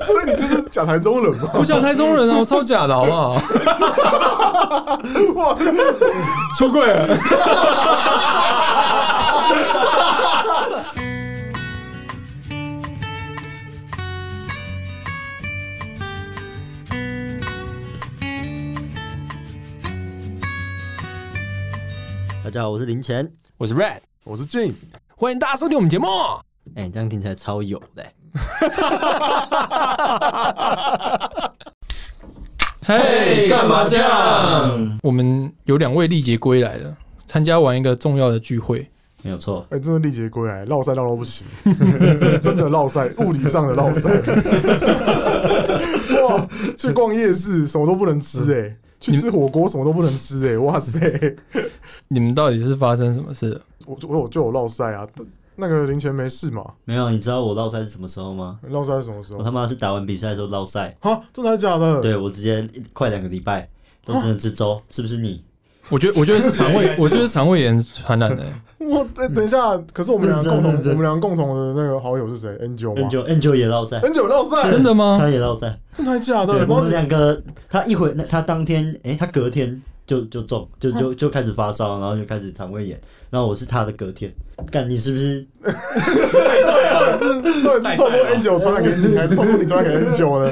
所以你就是讲台中人吗？我讲台中 人啊，我超假的好不好？哇，出柜了。大家好，我是林钱。我是 Red， 我是俊，欢迎大家收听我们 节目。哎、你这样听起来超有的、欸。嘿，干嘛这样？我们有两位历劫归来的，参加完一个重要的聚会，没有错，哎、真的历劫归来，绕赛绕到不 行，真真的绕赛，物理上的绕 赛。哇，去逛夜市什么都不能吃哎、去吃火锅什么都不能吃哎、哇塞！你们到底是发生什么事了？我就我就有绕赛啊，那个零钱没事嘛？没有。你知道我落赛是什么时候吗？绕赛是什么时我候？他妈是打完比赛之后落赛，啊，真的还是假的？哦对我直接一快两个礼拜都真的这周，是不是你？我觉得，我觉得是肠 胃，我觉得是肠胃炎传 染的、我哎、等一下，可是我们两个共同，认真我们两个共同的那个好友是谁？N 九吗 N 九 N 九也落赛，啊？N 九绕赛，真的 吗？他也落赛。真的还假的？对，然我后们两个，他一回，那他当天，哎、他隔天就就中，就啊就就开始发烧，然后就开始肠胃炎，然后我是他的隔天。干，你是不是？到底是到底是透过 N 九传染给你，还是透过你传染给 N 九呢？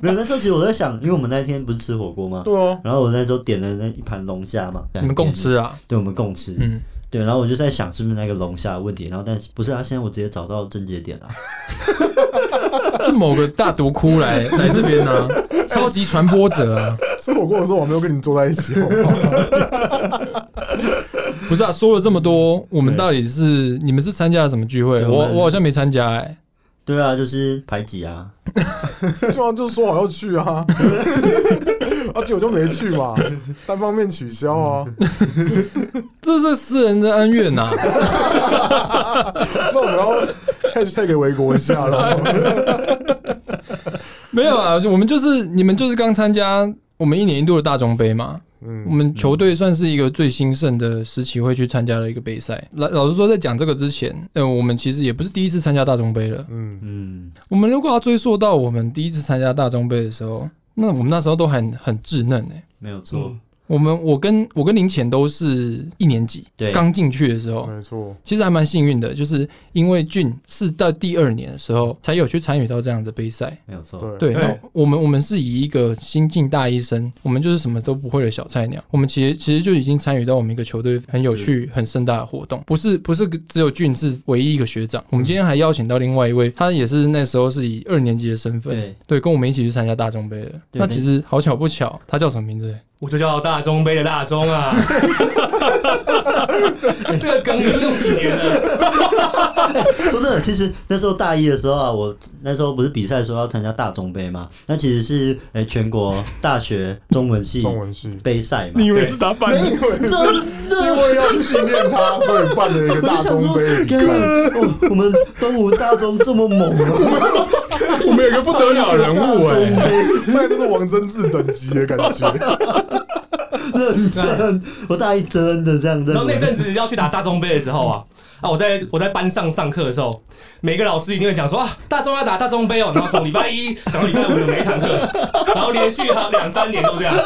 没有，那时候其实我在想，因为我们那天不是吃火锅吗？对啊，然后我那时候点了那一盘龙虾嘛，你们共，吃啊？对，我们共吃，嗯，对，然后我就在想是不是那个龙虾的问题，然后但是不是啊？现在我直接找到症结点了、就某个大毒窟来来这边呢、啊，超级传播者啊。吃火锅的时候我没有跟你坐在一起，哦好不好？不是啊，说了这么多，我们到底是你们是参加了什么聚会？对我我们我好像没参加哎、对啊，就是排挤啊，对啊，就说好要去啊， 而且我就没去嘛，单方面取消啊。这是私人的恩怨呐、那我们要 hashtag 给维国一下了。没有啊，就我们就是你们就是刚参加我们一年一度的大中杯嘛。我嗯，们球队算是一个最兴盛的时期会去参加的一个杯赛。老老实说，在讲这个之前，呃，我们其实也不是第一次参加大中杯了。嗯，嗯，我们如果要追溯到我们第一次参加大中杯的时候，那我们那时候都很很稚嫩哎、没有错，嗯我们我跟我跟林浅都是一年级对，刚进去的时候，没错，其实还蛮幸运的，就是因为俊是到第二年的时候才有去参与到这样的杯赛。没有错，对对，那我们我们是以一个新进大一生，我们就是什么都不会的小菜鸟，我们其实其实就已经参与到我们一个球队很有趣、很盛大的活动，不是不是只有俊是唯一一个学长，我们今天还邀请到另外一位，他也是那时候是以二年级的身份，对，对，跟我们一起去参加大中杯的。对那其实好巧不巧，他叫什么名字？我就叫大中杯的大中 啊。这个梗已经用几年了？说真的，其实那时候大一的时候啊，我那时候不是比赛说要参加大中杯嘛，那其实是诶、全国大学中文系中文系，因杯赛嘛，以为是他办为真的。因为要纪念他，所以办了一个大中杯的比跟 赛。哦我们东吴大中这么猛啊！我们有个不得了人物哎、欸那就是王贞治等级的感觉，认真，我大一真的这样认为。然后那阵子要去打大中杯的时候啊，啊，我在我在班上上课的时候，每个老师一定会讲说啊，大中要打大中杯哦，然后从礼拜一 讲到礼拜五的每一堂课，然后连续好两三年都这样，好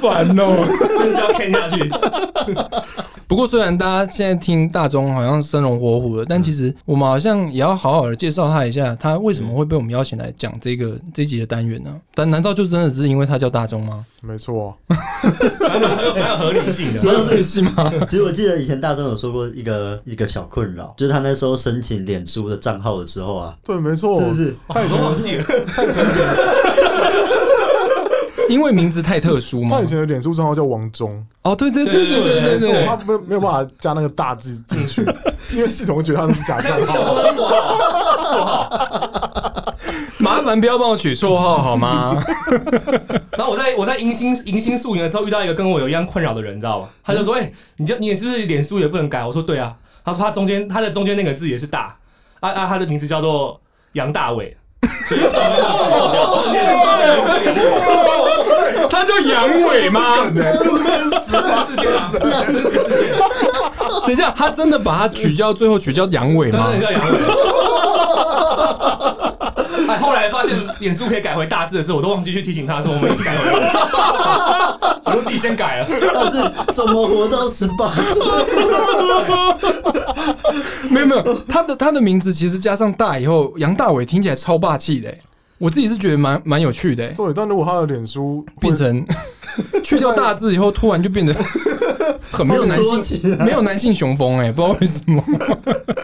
烦哦、真是要 can 下去。不过，虽然大家现在听大钟好像生龙活虎的，但其实我们好像也要好好的介绍他一下，他为什么会被我们邀请来讲这个这一集的单元呢？但难道就真的只是因为他叫大钟吗？没错啊。蛮有蛮有蛮有合理 性的。有这个戏吗？ 其实我记得以前大众有说过一个一个小困扰，就是他那时候申请脸书的账号的时候啊，对，没错，是不是？哇我都忘记了， 因为名字太特殊吗他以？前的脸书账号叫王忠，哦，对对对对对对对对对对，他没有没有办法加那个大字进 去，因为系统觉得他是假账号。麻烦不要帮我取绰号好吗？然后我在我在迎新迎新宿营的时候遇到一个跟我有一样困扰的人，你知道吗？他就说：“哎、你就你也是不是脸书也不能改？”我说：“对啊。”他说：“他中间他的中间那个字也是大啊啊，他的名字叫做杨大伟。”所以我把那个字改掉他叫阳痿 吗？真实啊真实事件，等一下，他真的把他取叫最后取叫阳痿真吗的？叫杨伟。哎后来发现脸书可以改回大字的时候，我都忘记去提醒他说我们一起改回来， 我都自己先改了。他是怎么活到十八 岁？没有没有，他的他的名字其实加上大以后，杨大伟听起来超霸气的欸、我自己是觉得蛮蛮有趣的欸、对，但如果他的脸书变成 去掉大字以后，突然就变得很没有男好说起性，没有男性雄风哎、不知道为什么。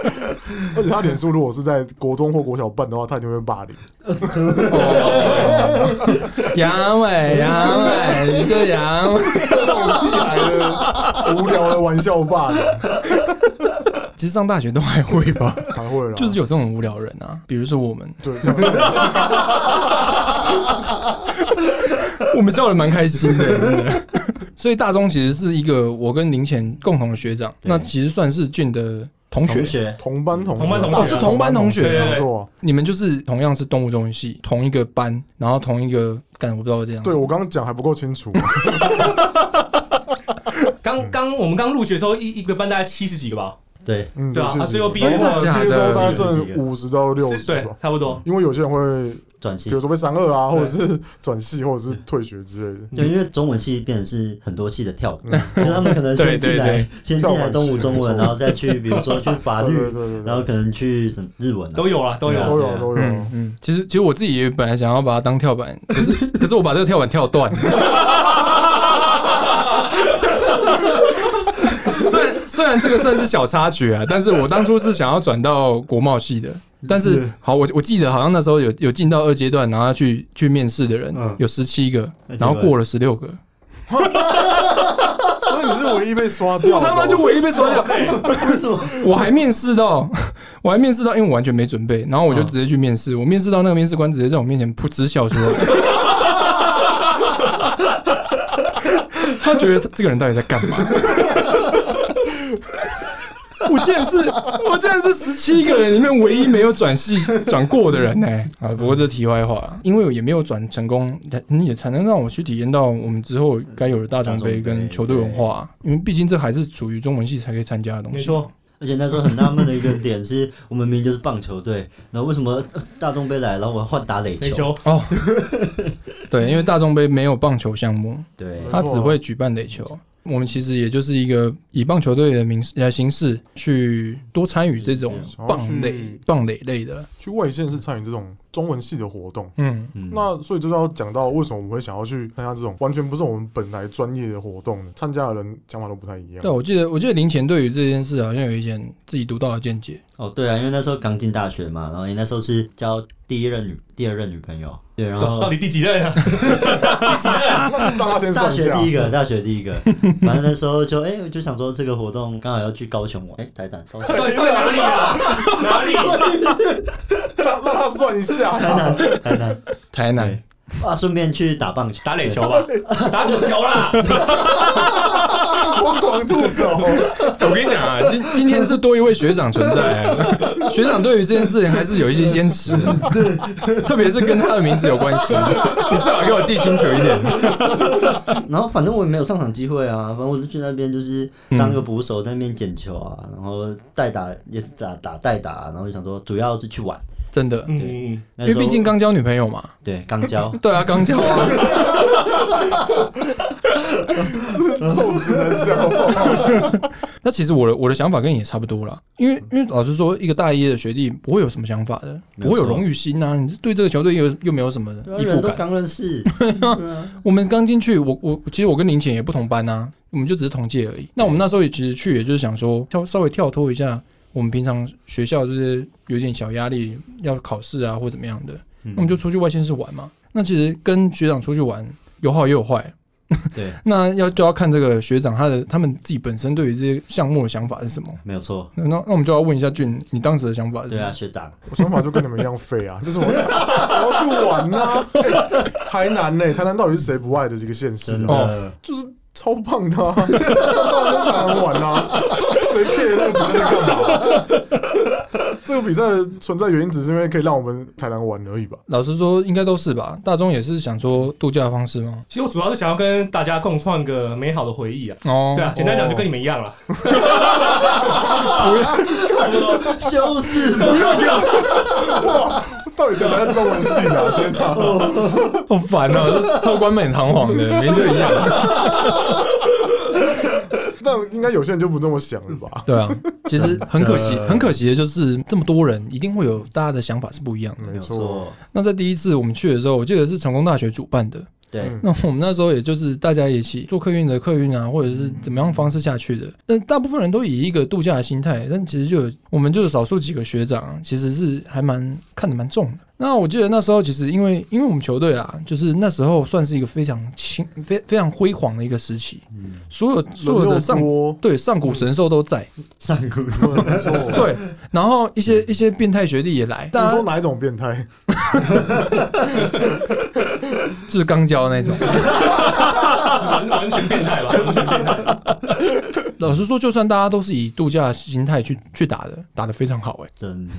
而且他脸书如果是在国中或国小办的话，他一定会霸凌。杨伟，杨伟，你这杨伟，来的哎无聊的玩笑霸凌，其实上大学都还会吧，还会啊啦，就是有这种无聊人啊，比如说我们，对，像我们笑的蛮开心的，真的。 所以大中其实是一个我跟林浅共同的学长，那其实算是俊的同学，同学，同班同学同班同学啊哦，是同班同学，对没错。你们就是同样是动物中文系，同一个班，然后同一个，干我不知道这样。对，我刚刚讲还不够清楚，刚刚我们刚入学的时候，一一个班大概七十几个吧，对，嗯，对啊就是他最后毕业真的真的假的接收大概剩五十到六是十对吧，，差不多。因为有些人会，转比系如。说被三二啊，或对者是转系，或者是退学之类的。对，因为中文系变成是很多系的跳板，因为他们可能对先对进来嗯对，先进来东吴中跳板系没错文，然后再去比如说去法对对 律，对对然后对，可能去什么日文啊，都有啦，都对啊有。都有都有嗯。嗯，其实其实我自己也本来想要把它当跳板， 可是可是我把这个跳板跳 断了。虽然虽然这个算是小插曲啊，但是我当初是想要转到国贸系的，但是好，我我记得好像那时候有有进到二阶段，然后去去面试的人、嗯有十七个，那结然果后过了十六 个，所以你是唯一被刷掉的哦，他妈就唯一被刷掉，为什么？ 我还面试到， 我还面试到，因为我完全没准备，然后我就直接去面试。我面试到那个面试官直接在我面前噗嗤笑出来， 他觉得这个人到底在干嘛？ 我竟然是，我竟然是十七个人里面唯一没有转系转过的人呢、啊，不过这题外话，因为我也没有转成功，你也才能让我去体验到我们之后该有的大奖杯跟球队文化、因为毕竟这还是属于中文系才可以参加的东西。没错， 而且那时候很纳闷的一个点是，我们明明就是棒球队，然后为什么呃大众杯来，然后我要换打垒垒球？球哦，对，因为大众杯没有棒球项目，对，它只会举办垒球。我们其实也就是一个以棒球队的名呃形式去多参与这种想要棒垒去棒垒类的了。去外县市参与这种中文系的活动。嗯，嗯，那所以就是要讲到为什么我们会想要去参加这种完全不是我们本来专业的活动呢？参加的人想法都不太一样对，。我记得我记得林前对于这件事好像有一点自己独到的见解。哦对啊，因为那时候刚进大学嘛，然后你那时候是交第一任女、第二任女朋友，对，然到后哦底第几任 啊？ 那大家先大算一学下 第，一个，大学第一个，反正那时候就哎、我就想说这个活动刚好要去高雄玩，哎、台南，高雄对对哪里啊？哪里？ 让让他算一下台啦。南，台南台南对啊，顺便去打棒球，打垒球吧，打什么球啦？疯狂吐槽，我跟你讲啊，今今天是多一位学长存在、啊 学长对于这件事情还是有一些坚持的， 特别是跟他的名字有关系的， 你最好给我记清楚一点。然后反正我也没有上场机会啊，反正我就去那边就是嗯当个捕手，在那边捡球啊，然后代打也是打打代打，啊然后就想说主要是去玩，真的， 嗯，嗯那因为时候毕竟刚交女朋友嘛。，对刚交 对啊，刚交啊。臭直男笑话。那其实我的我的想法跟你也差不多啦，因为因为老实说，一个大一的学弟不会有什么想法的，嗯没有错不会有荣誉心啊，你对这个球队又又没有什么对啊依附人都感。刚认识，对啊我们刚进去，我我其实我跟林浅也不同班啊，我们就只是同届而嗯已。那我们那时候也其实去，也就是想说跳稍微跳脱一下我们平常学校就是有点小压力，要考试啊或怎么样的， 嗯那我们就出去外县市玩嘛。那其实跟学长出去玩有好也有坏，对，那要就要看这个学长他的他们自己本身对于这些项目的想法是什么。没有错， 那那我们就要问一下俊，你当时的想法是什对么？啊学长，我想法就跟你们一样废啊，就是我我要去玩呐。哎台南呢？台南到底是谁不爱的这个县市真啊？的、哦就是超胖的啊， 大家在台湾玩啊，谁 care 那个比赛在干嘛？这个比赛的存在原因只是因为可以让我们台南玩而已吧？老实说，应该都是吧。大众也是想说度假的方式吗？其实我主要是想要跟大家共创个美好的回忆啊。哦，对啊，简单讲就跟你们一样了。修饰 哇，到底谁才是中文系的啊？天哪！好烦哦、这超冠冕堂皇 的，明明就一样。但应该有些人就不这么想了吧？对啊，其实很可惜真，的很可惜的就是这么多人，一定会有大家的想法是不一样的。没没错，错，那在第一次我们去的时候，我记得是成功大学主办的。对，嗯那我们那时候也就是大家一起做客运的客运啊，或者是怎么样方式下去的。但大部分人都以一个度假的心态，但其实就有我们就有少数几个学长，其实是还蛮看得蛮重的。那我记得那时候其实因为因为我们球队啊，就是那时候算是一个非常清非非常辉煌的一个时期，所有所有的上人肉对上古神兽都在，上古锅，没错。对，然后一些一些变态学弟也来，嗯你大说家哪一种变态？就是刚教那种。完完全变态吧，完全变态。老实说，就算大家都是以度假的心态去去打的，打得非常好哎、真的，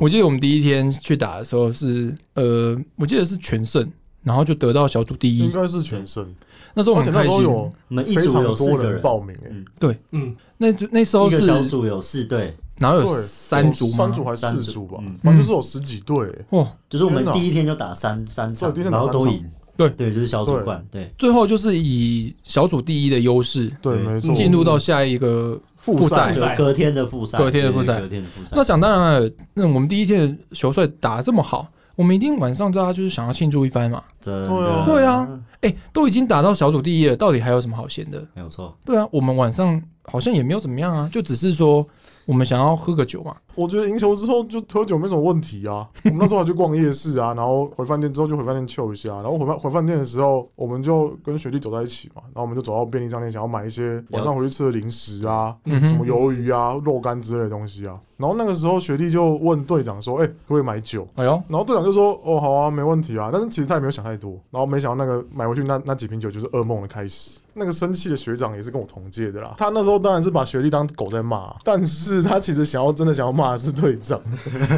我记得我们第一天去打的时候是，呃，我记得是全胜，然后就得到小组第应一。该是全胜，那时候我而且很嗯哦那开时候心。有我们一非组常有四多个人人，报名欸诶，嗯嗯，那组那时候一个是，小组有四队，然后有对，三组有吗嗯三？组还是三四组组吧嗯，反正就是有十几队欸。哇，就是我们天哪第一天就打三三场对第一，天打然后都三赢，对对，就是小组冠，对，最后就是以小组第一的优势对，对没错，进入到下一个复赛赛对。隔隔天的复赛，隔天的复赛对隔天的复赛，那想当然了，那我们第一天的球赛打得这么好，我们一定晚上大家就是想要庆祝一番嘛。真的对啊对啊，哎、都已经打到小组第一了，到底还有什么好闲的？没有错，对啊，我们晚上好像也没有怎么样啊，就只是说我们想要喝个酒嘛。我觉得赢球之后就喝酒没什么问题啊。我们那时候还去逛夜市啊，然后回饭店之后就回饭店 chill 一下，然后回饭回饭店的时候，我们就跟学弟走在一起嘛，然后我们就走到便利商店，想要买一些晚上回去吃的零食啊，嗯什么哼，鱿鱼啊、肉干之类的东西啊。然后那个时候学弟就问队长说：“哎、可不可以买酒哎呦，？”然后队长就说：“哦，好啊，没问题啊。”但是其实他也没有想太多。然后没想到那个买回去那那几瓶酒就是噩梦的开始。那个生气的学长也是跟我同届的啦。他那时候当然是把学弟当狗在骂，但是他其实想要真的想要骂的是队长，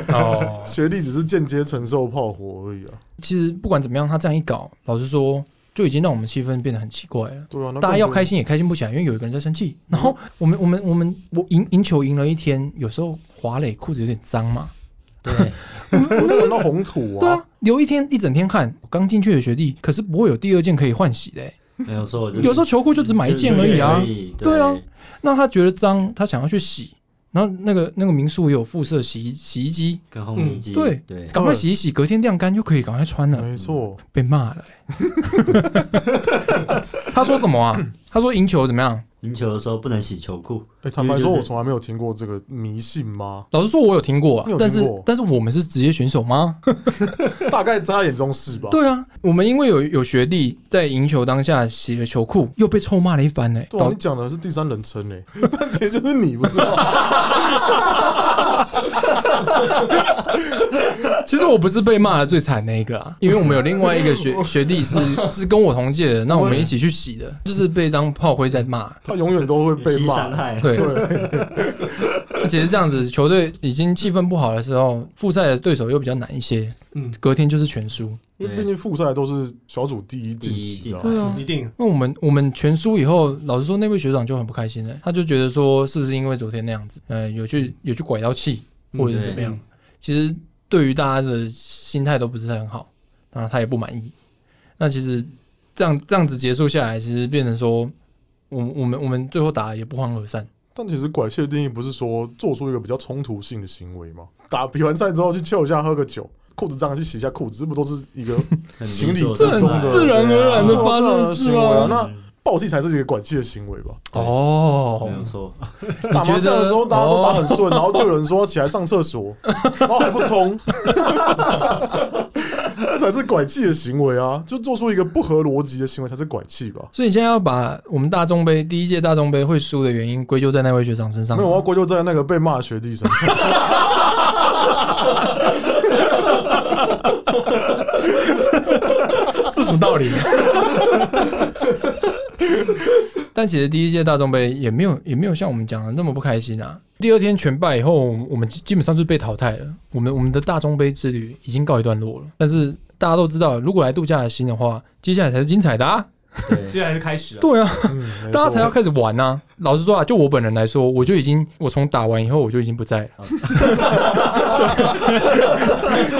哦，学弟只是间接承受炮火而已啊。其实不管怎么样，他这样一搞，老实说，就已经让我们气氛变得很奇怪了。对啊，那大家要开心，心也开心不起来，因为有一个人在生气。然后我们我们我们我赢赢球赢了一天，有时候华磊裤子有点脏嘛，对，我沾到红土对啊。啊，流一天一整天汗。我刚进去的学弟可是不会有第二件可以换洗的欸、没有错，就是有时候球裤就只买一件而已啊。，对啊那他觉得脏，他想要去洗，然后那个那个民宿也有附设洗衣洗衣机，跟烘米机，对对，赶快洗一洗，隔天晾干就可以赶快穿了。没错，被 骂了、欸他说什么啊？他说赢球怎么样？赢球的时候不能洗球裤，哎、坦白说，我从来没有听过这个迷信 吗？老实说，我有听过啊你有，听但是过但是我们是职业选手 吗？大概在他眼中是吧？对啊，我们因为有有学弟在赢球当下洗了球裤，又被臭骂了一番呢、欸。对啊，导你讲的是第三人称 诶、但其实就是你，不是吗？其实我不是被骂的最惨那一 个啊，因为我们有另外一个学学弟是是跟我同届的，那我们一起去洗的，就是被当炮灰在骂。他永远都会被吸伤骂。害，对， 那其实这样子，球队已经气氛不好的时候，复赛的对手又比较难一些，嗯，隔天就是全输。因为毕竟复赛都是小组第一晋级的啊、第一晋级啊一定。那我们我们全输以后，老实说，那位学长就很不开心了，他就觉得说，是不是因为昨天那样子，呃，有去有去拐到气，或者是怎么样？嗯其实对于大家的心态都不是很好，那他也不满意。那其实这样这样子结束下来，其实变成说，我我们我们最后打得也不欢而散。但其实拐气的定义不是说做出一个比较冲突性的行为吗？打比完赛之后去秀一下，喝个酒，裤子脏了去洗一下裤子，这不都是一个很情理理所之当中然的自然而然的对啊发生这样的事行为啊啊？那嗯暴气才是一个拐气的行为 吧？对哦没有错，打麻将的时候大家哦都打很顺，然后就有人说要起来上厕所，然后还不冲， 那才是拐气的行为啊！就做出一个不合逻辑的行为才是拐气吧？所以你现在要把我们大众杯第一届大众杯会输的原因归咎在那位学长身上没有，我要归咎在那个被骂的学弟身上。这什么 道理？但其实第一届大众杯也没有也没有像我们讲的那么不开心啊。第二天全败以后，我们基基本上就被淘汰了。我们我们的大众杯之旅已经告一段落了。但是大家都知道，如果来度假的心的话，接下来才是精彩的啊！对接下来是开始了，对啊，嗯没错大家才要开始玩啊！老实说啊，就我本人来说，我就已经我从打完以后我就已经不在了，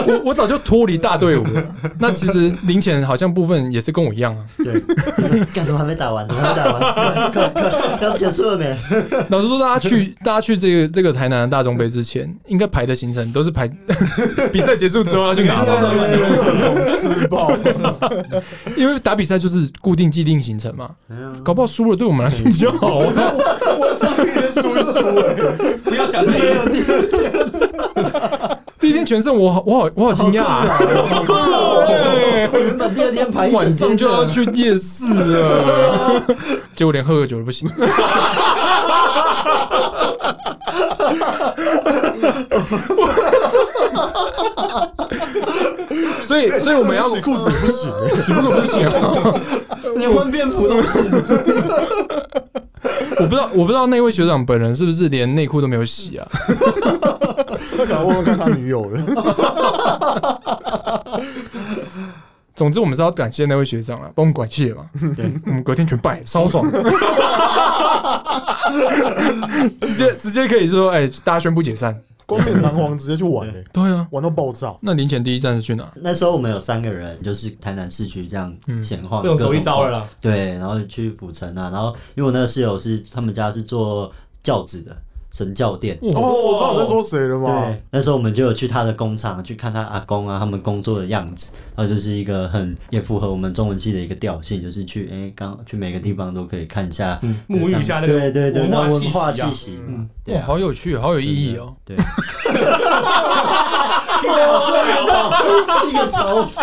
我我早就脱离大队伍了。那其实零钱好像部分也是跟我一样啊。干我还没打完，我还没打完，快快快要结束了没？老实说，大家去大家去这个这个台南的大中杯之前，应该排的行程都是排 比赛结束之后要去哪吧？吃爆，因为打比赛就是固定既定行程嘛，没有搞不好输了对我们来说比较好啊。不要想太多。第一天全胜我，好我好我好惊讶、啊，对我原本第二天排一晚整上天就要的，去夜市了， 结果连喝个酒都不 行。所以，所以我们 要洗裤子也不行、欸。怎么可不行啊？ 你问遍普通行，我不知道，我不知道那位学长本人是不是连内裤都没有洗啊？他可能问问看他女友了。总之，我们是要感谢那位学长了，啊帮我们管谢嘛。我们隔天全败，超 爽。直接直接可以说，哎、大家宣布解散。光面弹簧直接就玩嘞、对啊，玩到爆炸。那零钱第一站是去哪？那时候我们有三个人，就是台南市区这样闲晃，不用走一遭了啦。对，然后去古城啊，然后因为我那个室友是他们家是做轿子的神教店，哦，我知道你在说谁了吗？对，那时候我们就有去他的工厂去看他阿公啊，他们工作的样子，然后就是一个很也符合我们中文系的一个调性，就是去哎刚、去每个地方都可以看一下，沐浴一下那个对对对，那文化气啊，息，嗯，对哇，啊，好有趣，好有意义哦。对。一个嘲讽，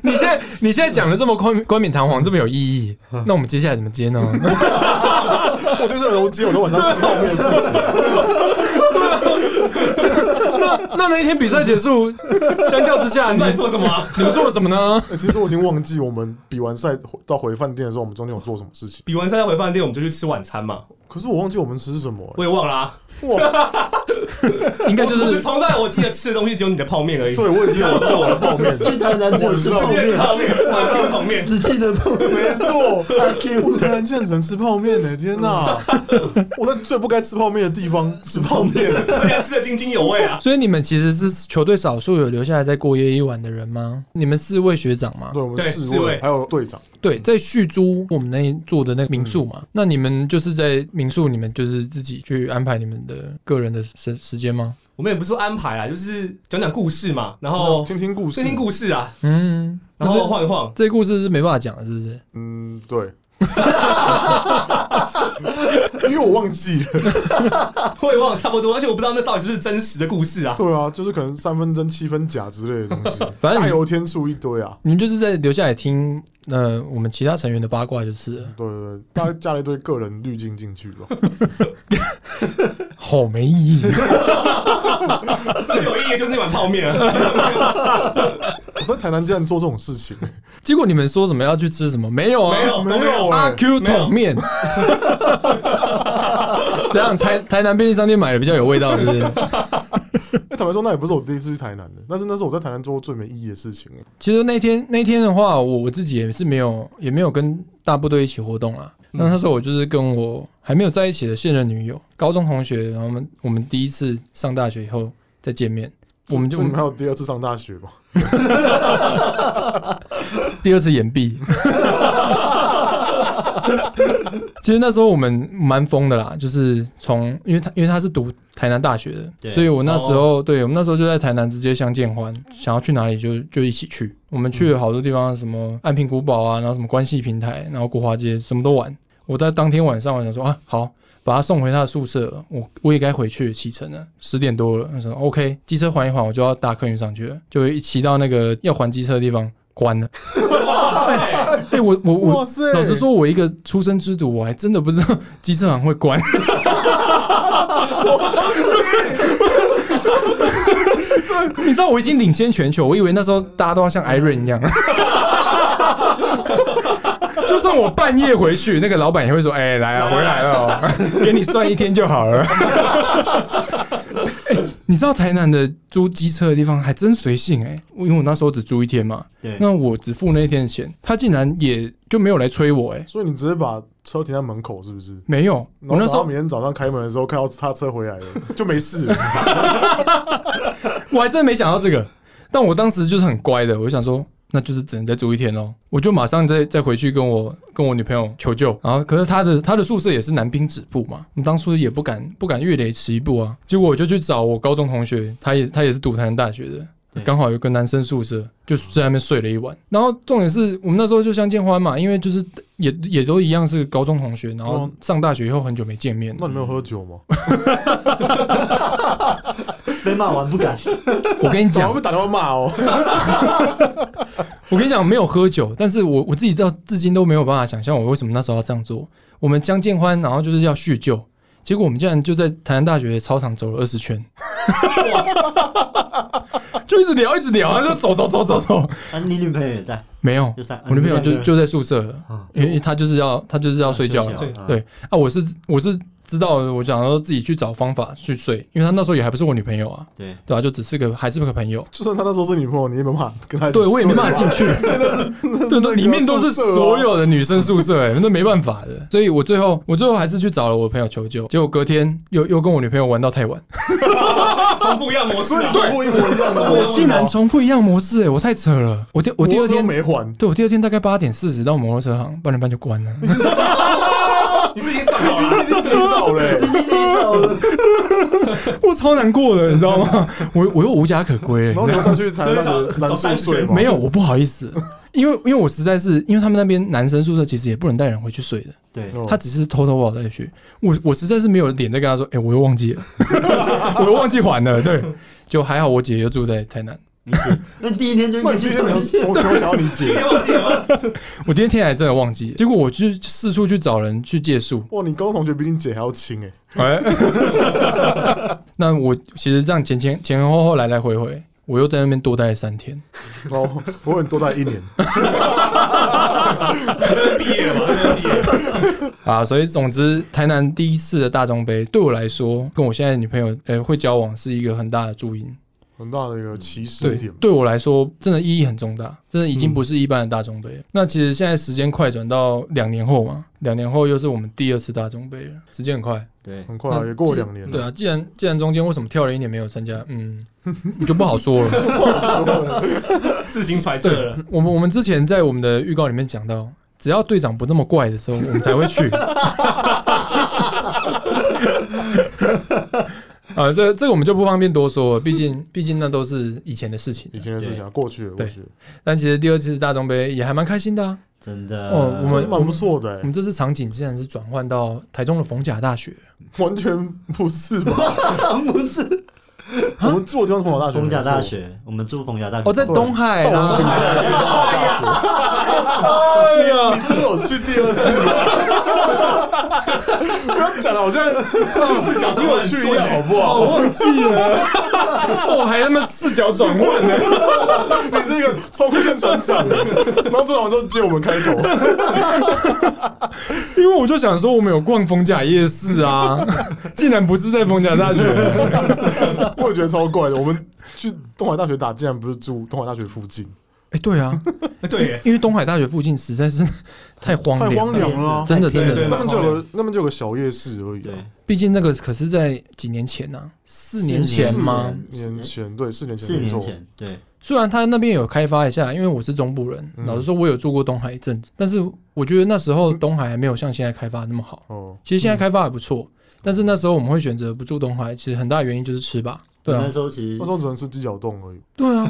你现在你现在讲的这么冠冠冕堂皇，这么有意义，嗯那我们接下来怎么接呢？ 我就是很容易接，我都晚上吃泡面的事情。那那那一天比赛结束，相较之 下，你在做什么啊？你们做了什么呢？欸其实我已经忘记我们比完赛到回饭店的时候，我们中间有做什么事情。比完赛再回饭店，我们就去吃晚餐嘛。可是我忘记我们吃什么、欸。我也忘了啊，哇，应该就我只是从来我记得吃的东西只有你的泡面而已。对，我已经有吃我的泡面。去台南只有吃泡只记得面，泡面，晚上泡面。只记得泡面。没错，阿我 Q 台南建成吃泡面呢、天哪！我在最不该吃泡面的地方吃泡面，而且吃的津津有味啊。所以你们其实是球队少数有留下来再过夜一晚的人吗？你们四位学长吗？对我们对侍侍卫卫还有队长，对，在续租我们那一住的那个民宿嗯嘛。那你们就是在民宿，你们就是自己去安排你们的个人的时时间吗？我们也不是说安排啊，就是讲讲故事嘛，哦然后听听故事，听听故事啊，嗯，哦然那后这晃一晃。这故事是没办法讲的，是不是？嗯，对。 因为我忘记了，啊我也忘了差不多，而且我不知道那到底是不是真实的故 事啊。对啊，就是可能三分真七分假之类的东 西，反正加你油添醋一堆啊，你们就是在留下来听，呃，我们其他成员的八卦就是了。对对对，大家加了一堆个人滤镜进去吧， 好没意义。最有意义的就是那碗泡面啊，我在台南竟然做这种事情、欸 结果你们说什么要去吃什么？没有啊，没有都哦没有阿啊， Q 桶面。 这样台台南便利商店买的比较有味道，是不是？欸坦白说，那也不是我第一次去台南的，但是那是我在台南做过最没意义的事情、欸 其实那天那天的话，我我自己也是没有也没有跟大部队一起活动啦。那那时候我就是跟我还没有在一起的现任女友，高中同学，然后我们我们第一次上大学以后再见面，我们就所以你们还有第二次上大学吧？第二次延毕。其实那时候我们蛮疯的啦，就是从因为他因为他是读台南大学的，对所以我那时候、对我们那时候就在台南直接相见欢，想要去哪里就就一起去。我们去了好多地方，什么安平古堡啊，然后什么关系平台，然后国华街，什么都玩。我在当天晚上我想说啊，好，把他送回他的宿舍了，我我也该回去启程了，十点多了。那时候 OK，机车缓一缓，我就要搭客运上去了，就一骑到那个要还机车的地方，关了。哇塞！哎、我我我哇，塞！老实，说，我一个出生之犊，我还真的不知道机车行会关。你知道我已经领先全球，我以为那时候大家都要像 Iron 一样。 就算我半夜回去，那个老板也会说：“哎、来啊，回来了哦、给你算一天就好了。哎，你知道台南的租机车的地方还真随性哎、我因为我那时候只租一天嘛，对，那我只付那一天的钱，他竟然也就没有来催我哎、所以你直接把车停在门口是不是？没有，然我那后时他候明天早上开门的时候看到他车回来了，就没事 了。我还真没想到这个，但我当时就是很乖的，我就想说，那就是只能再住一天喽，我就马上再再回去跟我跟我女朋友求救。然后，可是她的她的宿舍也是南滨止步嘛，我们当初也不敢不敢越雷池一步啊。结果我就去找我高中同学，他也他也是读台南大学的对，刚好有个男生宿舍，就在那边睡了一晚。然后重点是我们那时候就相见欢嘛，因为就是也也都一样是高中同学，然后嗯上大学以后很久没见面了那。你没有喝酒吗？被骂完不敢。我跟你怎讲么，被打电话骂哦？我跟你讲，没有喝酒，但是我我自己到至今都没有办法想象我为什么那时候要这样做。我们相见欢，然后就是要叙旧，结果我们竟然就在台南大学的操场走了二十圈， 就一直聊，一直聊，然后就走走走走走，啊，你女朋友也在，没有就，三，啊我女朋友你们两个就人就在宿舍了，啊因为她就是要她就是要睡觉了。睡觉对啊，我是我是知道的，我想要自己去找方法去睡，因为她那时候也还不是我女朋友啊，对，对吧、就只是个还是个朋友。就算他那时候是女朋友，你也没办法跟他一起对，我也没睡办法进 去， 这都里面都是所有的女生宿舍、哎，那没办法的。所以我最后，我最后还是去找了我朋友求救，结果隔天又又跟我女朋友玩到太晚，重复一样模式啊。对，我一模一样的， 我竟然重复一样模式、哎，我太扯了。我第我第二都天，没还，对我第二天大概八点四十到摩托车行，八点半就 关了。你是已经上好了，啊已经自己走了欸。我超难过的，你知道吗？ 我我又无家可归了，你然知后你道吗又再去台南的找南三宿十睡圈吗？没有，我不好意思，因为因为我实在是因为他们那边男生宿舍其实也不能带人回去睡的。对，哦，他只是偷偷把我带去，我我实在是没有脸再跟他说，哎、我又忘记了， 我又忘记还了，对，就还好我姐又住在台南，理解。那第一天就那应你该今去天找没有，人借我没有想要你姐。忘记了吗？我今天天还真的忘记了，结果我去四处去找人去借宿，哇，你高中同学比你姐还要亲哎、哎、 那我其实这样前前前前后后来来回回，我又在那边多待了三天，然后我很多待一年，真的毕业了吗？真的毕业了。啊，所以总之，台南第一次的大中杯对我来说，跟我现在的女朋友，呃，会交往是一个很大的注音，很大的一个起始对点，。对我来说真的意义很重大，真的已经不是一般的大中杯了。那其实现在时间快转到两年后嘛，两年后又是我们第二次大中杯了，时间很快。对，很快、啊、那也过既两年对了，啊，既然既然中间为什么跳了一年没有参加，嗯，就不好说了。自行揣测对了。，我们我们之前在我们的预告里面讲到，只要队长不那么怪的时候，我们才会去。 啊，这个这个我们就不方便多说了，毕竟毕竟那都是以前的事情了以。前的事情啊，过去了，过对去了，但其实第二次大中杯也还蛮开心的啊。真的。哦我们真的蛮不错的、我们欸，这次场景竟然是转换到台中的逢甲大学，完全不是吧？不是我们住的地方是逢甲大学，逢甲大没错，学，我们住逢甲大学。哦，在东海但我们本啦。来就是逢甲大学。哎呀，你真的有去第二次吗？不要讲了，好像视角只转有换去一顺样，好欸，不好？哦我忘记了， 我还他妈视角转换呢。你是一个超酷线转场的，然后转完之后接我们开头， 因为我就想说，我们有逛逢甲夜市啊， 竟然不是在逢甲大学。我也觉得超怪的。我们去东海大学打，竟然不是住东海大学附近，哎，对啊，对耶，因为东海大学附近实在是太荒太凉荒了，凉了啊。真的真对对的。那边就有个那边就有个小夜市而已、对啊，，毕竟那个可是在几年前呐、四年前吗？四年前对，四年前四没年错，前，对，虽然他那边有开发一下，因为我是中部人，嗯老实说，我有住过东海一阵子，但是我觉得那时候东海还没有像现在开发那么好。哦，其实现在开发还不错，但是那时候我们会选择不住东海，其实很大原因就是吃吧。对我啊那，时候其实那时候只能吃鸡脚冻而已。对啊，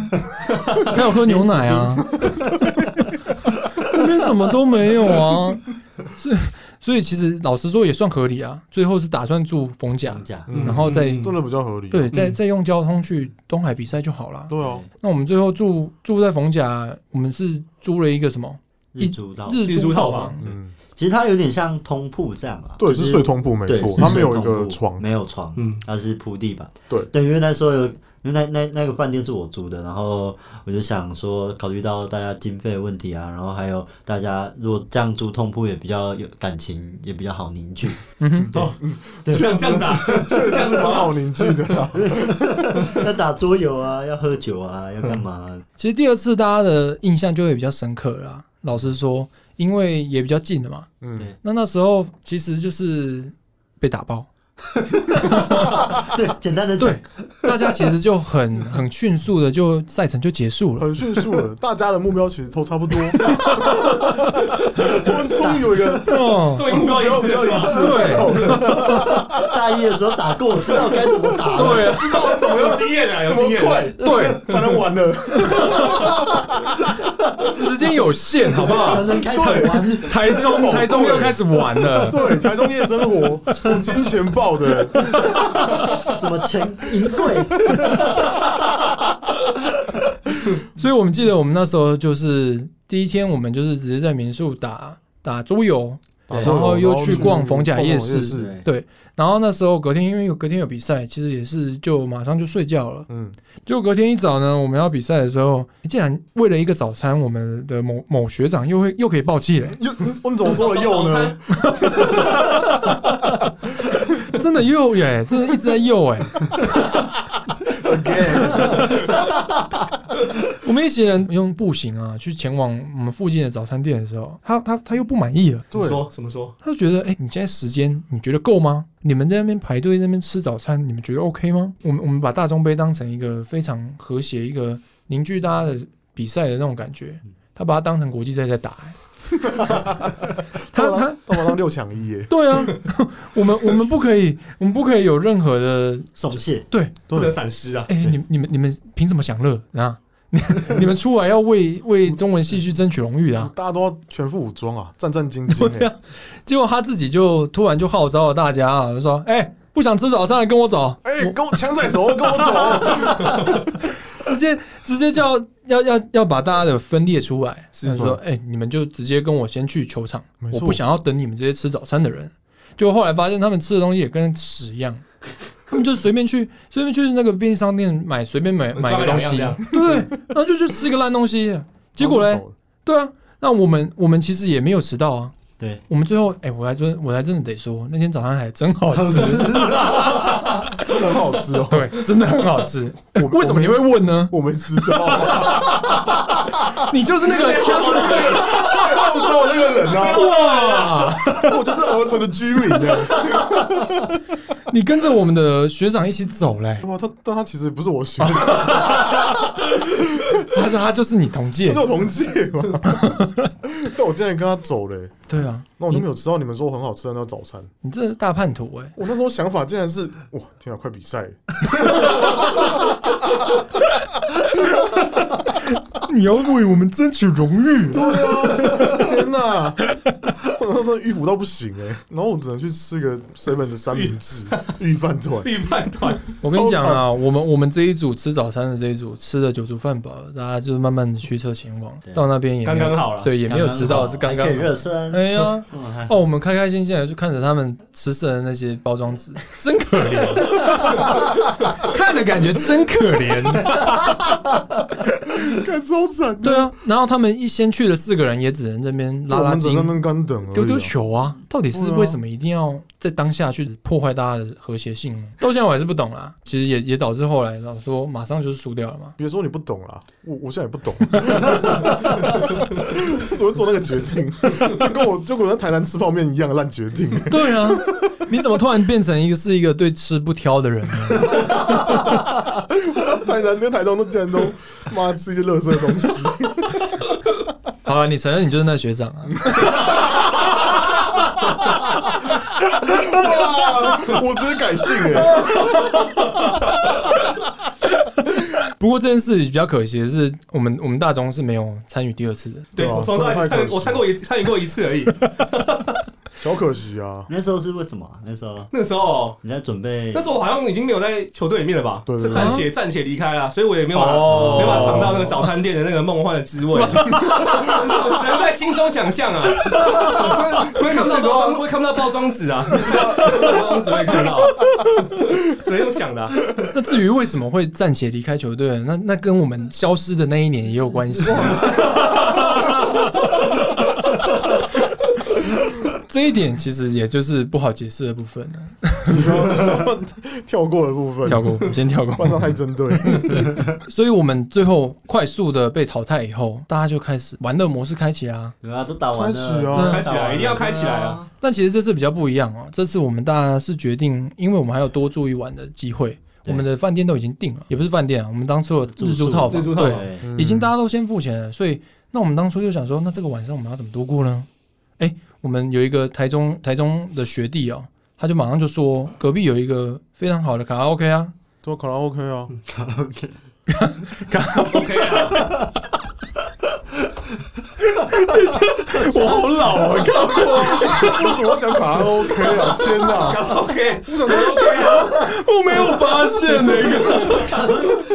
还有喝牛奶啊，那边什么都没有啊，所以所以其实老实说也算合理啊。最后是打算住逢甲放，假，嗯然后再真的比较合理啊、对，再嗯再用交通去东海比赛就好了。对啊，那我们最后住住在逢甲，我们是租了一个什么日租到，日日租租套套房房，嗯，其实它有点像通铺这样啊，对，就是睡通铺没对错，是它没有睡一个通铺床，没有床，嗯它是铺地板。对对，因为那时候有，因为那那那个饭店是我租的，然后我就想说，考虑到大家经费的问题啊，然后还有大家如果这样租通铺也比较有感情，也比较好 凝聚。嗯哦这样这样子啊，确 这样实蛮子是吗好凝聚的啊啦。要打桌游啊，要喝酒啊，要干嘛、其实第二次大家的印象就会比较深刻了啦。老实说，因为也比较近了嘛。嗯对，那那时候其实就是被打爆， 对，简单的对大家其实就很 很迅速的就赛程就结束了。很迅速的，大家的目标其实都差不多。我们终于有一个哦，终于目标一致了是吧？对，大一的时候打过，我知道该怎么打了。 对啊，知道怎么有样经验啊了，有怎经么验了快，对才能玩了。时间有限，好不好才？能开始玩，台中，台中又开始玩了。对，台中夜生活从金钱豹的，什么钱银柜， 所以我们记得我们那时候就是第一天，我们就是直接在民宿打打桌游，对然后又去逛逢甲夜夜市对。然后那时候隔天因为有隔天有比赛，其实也是就马上就睡觉了。嗯，结果隔天一早呢，我们要比赛的时候，竟然为了一个早餐，我们的某某学长又会又可以爆气了， 又你我们怎么说了又呢？？真的又耶， 真的一直在又哎。我们一行人用步行啊，去前往我们附近的早餐店的时候，他他他又不满意了，对，对说怎么说？他就觉得，哎、你现在时间你觉得够吗？你们在那边排队在那边吃早餐，你们觉得 OK 吗？我们我们把大中杯当成一个非常和谐、一个凝聚大家的比赛的那种感觉，他把它当成国际赛在打、哎他他他马上六抢一耶，对啊， 我们我们不可以，我们不可以有任何的松懈，对，不能闪失啊！ 哎、对你你们你们凭什么享乐啊？ 你你们出来要为为中文戏剧争取荣誉的、啊，大家都要全副武装啊，战战兢兢哎。结果他自己就突然就号召了大家啊，就说：“哎、不想吃早餐的跟我走，哎，跟我枪在手，跟我走。直 接直接叫要要要把大家的分裂出来。”他就说：“哎、你们就直接跟我先去球场没，我错不想要等你们这些吃早餐的人。”结果后来发现他们吃的东西也跟屎一 样，他们就随便去随便去那个便利商店买，随便买买抓个个东两西，样这样对，然后就去吃一个烂东西。结果然嘞后，就走了，对啊，那我们我们其实也没有迟到啊。对，我们最后，哎、我还真我还真的得说，那天早餐还真好吃，真的很好吃哦。 对，真的很好吃。我 为什么你会问呢？我没吃到啊？ 你就是那个枪我知道我那个人啊，哇！ 我就是鹅城的居民哎。你跟着我们的学长一起走嘞、哇，他但他其实不是我学的， 他说他就是你同他届是，我同届嘛。但我竟然跟他走嘞，对啊，那我就没有吃到你们说很好吃的那个早餐。你这是大叛徒哎、我那时候想法竟然是，哇，天啊，快比赛了！你要为我们争取荣誉对啊， 天哪！我那时候迂腐到不行哎、然后我只能去吃个 seven 的三明 治御饭团。预判团我跟你讲啊，我们我们这一组吃早餐的这一组吃了九足饭饱，大家就是慢慢的驱车前往，对到那边也没刚有刚好了，，对，也没有迟到，是刚刚还可以好。热身。哎呀，嗯还哦，我们开开心心的去看着他们吃剩的那些包装 纸，真可怜，看的感觉真可怜。看超惨的，对啊，然后他们一先去的四个人也只能这边拉我拉们只筋能在那、边干等而已、啊，丢丢球啊，到底是对啊为什么一定要在当下去破坏大家的和谐性呢？到现在我还是不懂啦。其实也也导致后来老实说马上就是输掉了嘛。 别说你不懂啦，我我现在也不懂， 怎么做那个决定，就跟我就跟我在台南吃泡面一样的烂决定、 对啊，你怎么突然变成一个是一个对吃不挑的人呢？ 台南跟台中都竟然都妈吃一些垃圾的东西， 好了，你承认你就是那学长啊。 哇！我直接改姓哎、不过这件事比较可惜的是，我们我们大中是没有参与第二次的。对对啊我从头到尾这太可惜参了我参过一参与过一次而已，小可惜啊。那时候是为什么啊、那时候那时候，你在准备那时候我好像已经没有在球队里面了吧？对对对暂且暂且离开了，所以我也没有办法哦没办法尝到那个早餐店的那个梦幻的滋味，我只能在心中想 象啊。所以看你啊不到最包装，多会看不到包装 纸啊，包装纸会看到，啊只能用想的啊、 那至于为什么会暂且离开球队，那那跟我们消失的那一年也有关 系。这一点其实也就是不好解释的部分了，跳过的部分，跳过，我们先跳 不然这样过。太针 对。所以我们最后快速的被淘汰以后，大家就开始玩乐模式开启啦、对啊，都打完开始了，啊都打完了开起来一定要开起来啊！但其实这次比较不一样哦，这次我们大家是决定，因为我们还有多住一晚的机会，对我们的饭店都已经定了，也不是饭店啊，我们当初有日租套房，日租套对房，对，嗯已经大家都先付钱了，所以那我们当初就想说，那这个晚上我们要怎么度过呢？哎、我们有一个台中台中的学弟哦，他就马上就说，隔壁有一个非常好的卡拉 OK 啊，做卡拉 OK 啊， ，OK 啊，我好老欸啊，为什么要讲卡拉 OK 啊？天哪！ OK，OK 啊，我没有发现那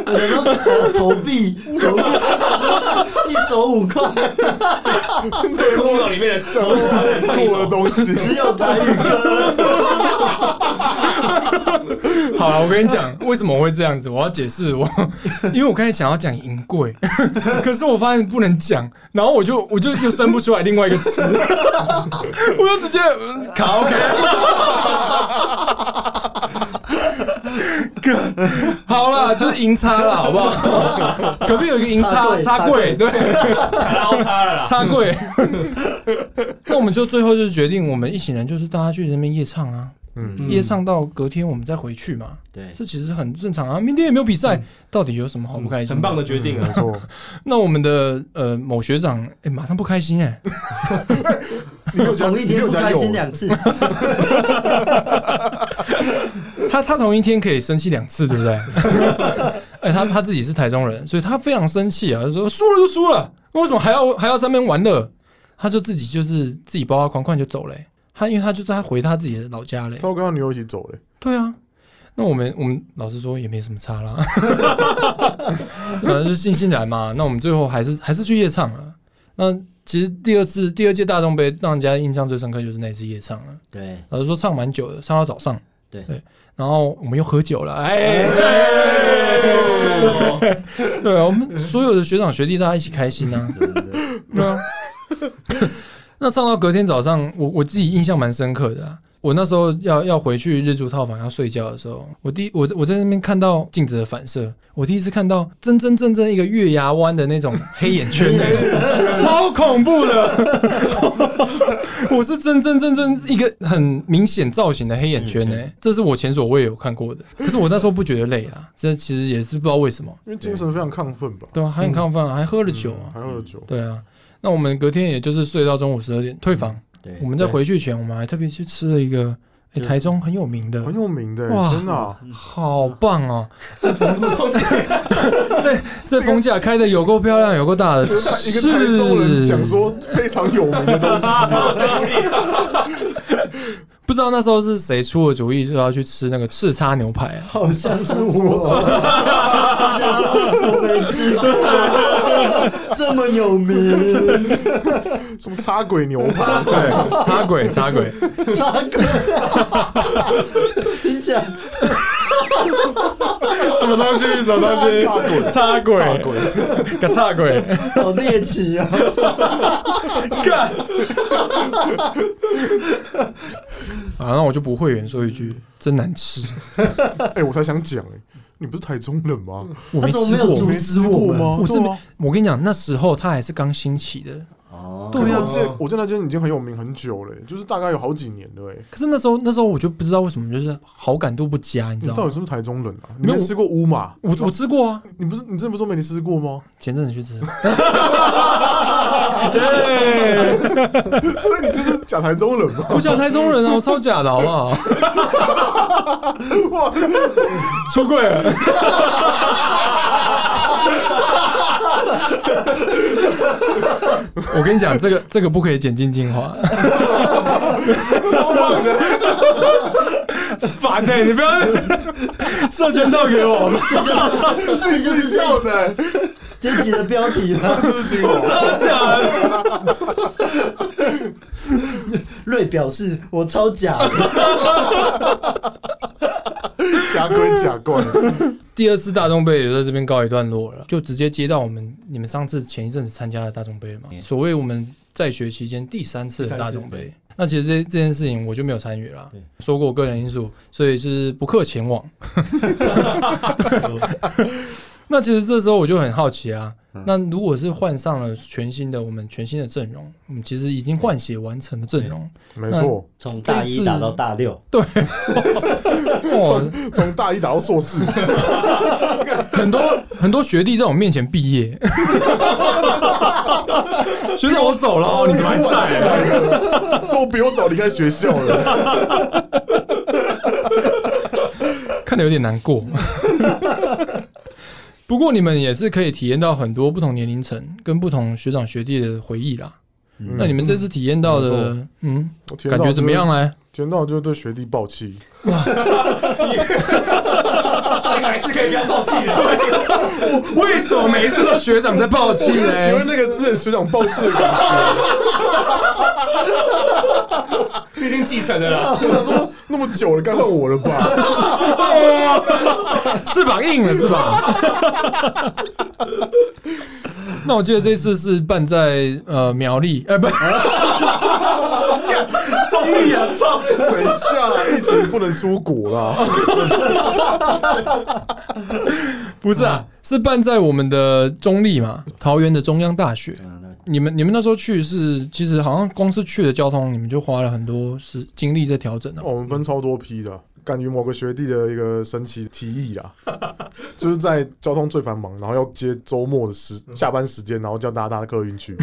个，我想说投币，投币， 一手五块，空岛里面的手，是我的东 西，只有台语歌， 好了，我跟你讲，为什么我会这样子，我要解释我， 因为我刚才想要讲银柜， 可是我发现不能讲，然后我就我就又生不出来另外一个词， 我就直接嗯卡拉 OK。好啦，就是银叉啦，好不好？ 隔壁有一个银叉插插柜柜，对，卡拉叉了啦，插柜。那我们就最后就是决定，我们一行人就是大家去那边夜唱啊，嗯，夜唱到隔天我们再回去嘛。对，这其实很正常啊。明天也没有比赛，到底有什么好不开心？很棒。的决定啊没！错。那我们的呃某学长，哎、马上不开心哎、你有讲，同一你天有不讲开有心两次，他他同一天可以生气两次，对不 对？哎、他他自己是台中人，所以他非常生气啊，他说输了就输了，为什么还要还要在那边玩乐？他就自己就是自己包包款款就走嘞、欸他因为他就他回他自己的老家嘞、他跟他女友一起走欸嘞，对啊，那我们我们老实说也没什么差啦， 反正就信心来嘛。那我们最后还是还是去夜唱了。那其实第二次第二届大众杯让人家印象最深刻就是那次夜唱了。对，老实说唱蛮久的，唱到早上。对然后我们又喝酒了，嗯哎， 哦对，啊我们所有的学长学弟大家一起开心啊， 对对对对啊。 那唱到隔天早上，我我自己印象蛮深刻的、啊。我那时候要要回去日租套房要睡觉的时候，我第我我在那边看到镜子的反射，我第一次看到真真正正一个月牙湾的 那种黑眼圈那种，超恐怖的。 我是真真正正一个很明显造型的黑眼圈呢、欸嗯这是我前所未有看过的。可是我那时候不觉得累啦，这其实也是不知道为什么，因为精神非常亢奋吧，对吧、还很亢奋、啊，还嗯喝了酒啊，还喝了酒，对啊，那我们隔天也就是睡到中午十二点退房。对，嗯我们在回去前，我们还特别去吃了一个、诶嗯台中很有名的很，有名的，哇真的啊。好棒 哦！什么东西？这这房价开的有够漂亮，有够大的，一个台中人是讲说非常有名的 东西，不知道那时候是谁出的主意，说要去吃那个叱咤牛排啊。好像是我，好像是我没吃 过，这么有名，什么插鬼牛 排，对，插鬼插鬼，扎哥，听起来什么东西？什么东西？插鬼，插鬼，个插鬼，好猎奇啊！干！啊，那我就不会员说一句，真难吃，哎，我才想讲，哎，你不是台中人吗？我他没怎么吃没有过。阻没止吃我过们？吗？我真对没啊，我跟你讲，那时候他还是刚兴起的，哦对啊我记得我在那间已经很有名很久了，欸就是大概有好几年了，哎。可是那时候那时候我就不知道为什么就是好感度不佳，你知你道到底吗？是不是台中人啊？你没有没吃过乌马？我我吃过啊，你不是你之前不是说没你吃过吗？前阵子 去吃，所以你就是假台中人 吗？我假台中人啊，我超假的好不好？哇，出柜了，我跟你讲，这个这个不可以剪进精华，超棒的，烦哎、你不要 射圈套给我嘛，自己自己叫的，这集的标题呢，这是金龙。真的假的？瑞表示我超假的，假鬼假怪，第二次大众杯也在这边告一段落了，就直接接到我们你们上次前一阵子参加的大众杯了嘛？所谓我们在学期间嗯第三次的大众杯，那其实这这件事情我就没有参与啦对，说过我个人因素，所以是不客前往。那其实这时候我就很好奇啊，那如果是换上了全新的我们全新的阵容，我们其实已经换血完成的阵容，没 错，从大一打到大六，哇，从大一打到硕士，哦很多很多学弟在我面前毕业，学长我走了哦，你怎么还在？都比我早离开学校了。看得有点难过。不过你们也是可以体验到很多不同年龄层跟不同学长学弟的回忆啦。那你们这次体验到的，嗯，我体验感到觉怎么就样是？呢？体验到就是对学弟抱气，你还是可以不要抱气的。为什么每一次都学长在抱气请问？那个之前学长抱气的感觉，你已经继承了啦。我想说那么久了，该换我了吧？ 翅膀硬了是 吧？那我记得这次是办在呃苗栗，呃不，中立啊，操！等一下，疫情不能出国啦，不是啊，是办在我们的中立嘛，桃园的中央大学。你们你们那时候去是，其实好像光是去的交通，你们就花了很多时精力在调整啊了、哦我们分超多批的。感觉某个学弟的一个神奇提议啊，就是在交通最繁忙，然后要接周末的时下班时间，然后叫大家搭客运去。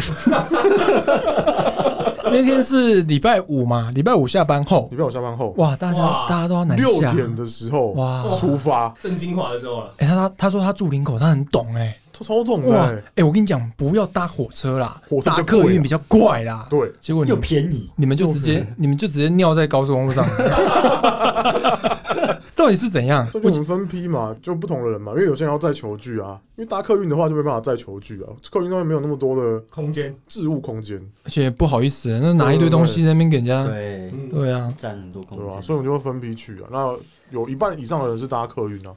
那天是礼拜五嘛，礼拜五下班后你，被我下班后，哇，大家哇大家都要南六下。点的时候哇出发，正精华的时候了，哎、他他他说他住林口，他很懂哎、超超懂的、哇，哎欸、。我跟你讲，不要搭火车啦，火车搭比较客贵运啊比较怪啦。对，结果你又们便宜，你们就直接你们就直接尿在高速公 路上，到底是怎样？所以就我们分批嘛，就不同的人嘛，因为有些人要载球具啊，因为搭客运的话就没办法载球具啊，客运上面没有那么多的空间。置物空间，而且不好意思，那拿一堆东西在那边给人家，对，嗯，对啊，占很多空对吧、间，所以我们就会分批去啊。那有一半以上的人是搭客运啊，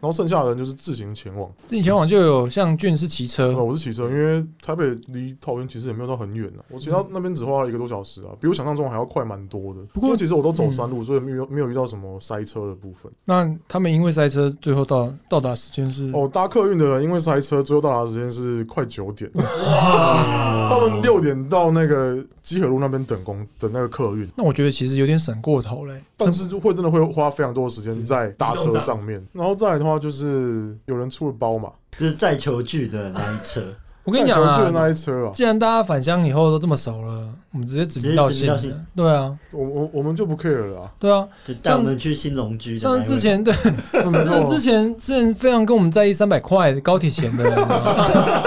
然后剩下的人就是自行前往。以前往就有像俊是骑车那、，我是骑车，因为台北离桃园其实也没有到很远啊，我骑到那边只花了一个多小时啊，比我想象中还要快蛮多的。不过因为其实我都走山路，所以没有没有遇到什么塞车的部分。那他们因为塞车，最后到到达时间是哦，搭客运的人因为塞车，最后到达的时间是快九点，哇，他们六点到那个基河路那边等公等那个客运，那我觉得其实有点省过头嘞、但是就会真的会花非常多的时间在搭车上面。然后再来的话，就是有人出了包嘛，就是载球具的那一车，我跟你讲载球具的啊，那一车啊，既然大家返乡以后都这么熟了，我们直接指名道姓直接指名道的。对啊，我我我们就不 care 了啊，对啊，就带我们去新龙居的那像一位。之前对， 没像之错，前之前非常跟我们在意三百块高铁钱 的人啊，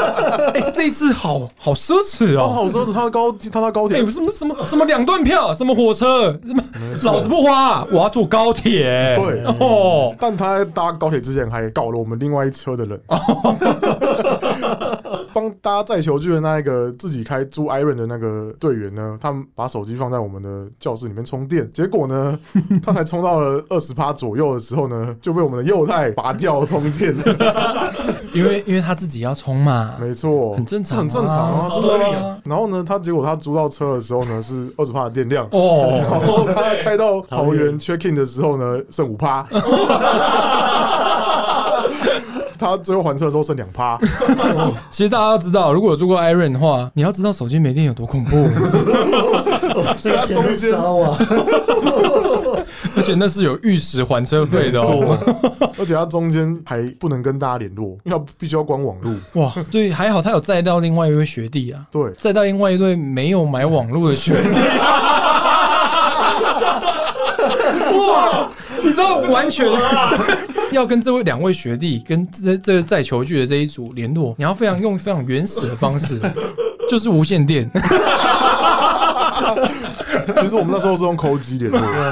哎、这一次好好奢侈刚哦。好说是他高他搭高哎、铁，什么什么什么两段票，什么火车，什么没错老子不花，我要坐高铁。对哦，但他在搭高铁之前还搞了我们另外一车 的人，帮大家载球具的那一个自己开租 Iron 的那个队员呢，他们把手机放在我们的教室里面充电，结果 呢，他才充到了二十趴左右的时候呢，就被我们的右太拔掉充 电。因为因为他自己要充嘛，没错，很正常啊这很正常啊，好真的合理啊。啊！然后呢，他结果他租到车的时候呢是二十趴的电量。哦，然后他塞 开到桃桃园园 check in 的时候呢，剩五 趴。他最后还车的时候剩两趴，其实大家要知道，如果有住过 Iron 的话，你要知道手机没电有多恐怖，所以前面烧啊，而且那是有玉石还车费的哦。而且他中间还不能跟大家联络，因为他必须要关网路。哇，所以还好他有载到另外一位学弟啊，对，载到另外一对没有买网络的学弟。哇，你知道完全要跟这位两位学弟跟这这个载球具的这一组联络，你要非常用非常原始的方式，就是无线电。其实我们那时候是用抠机联络的，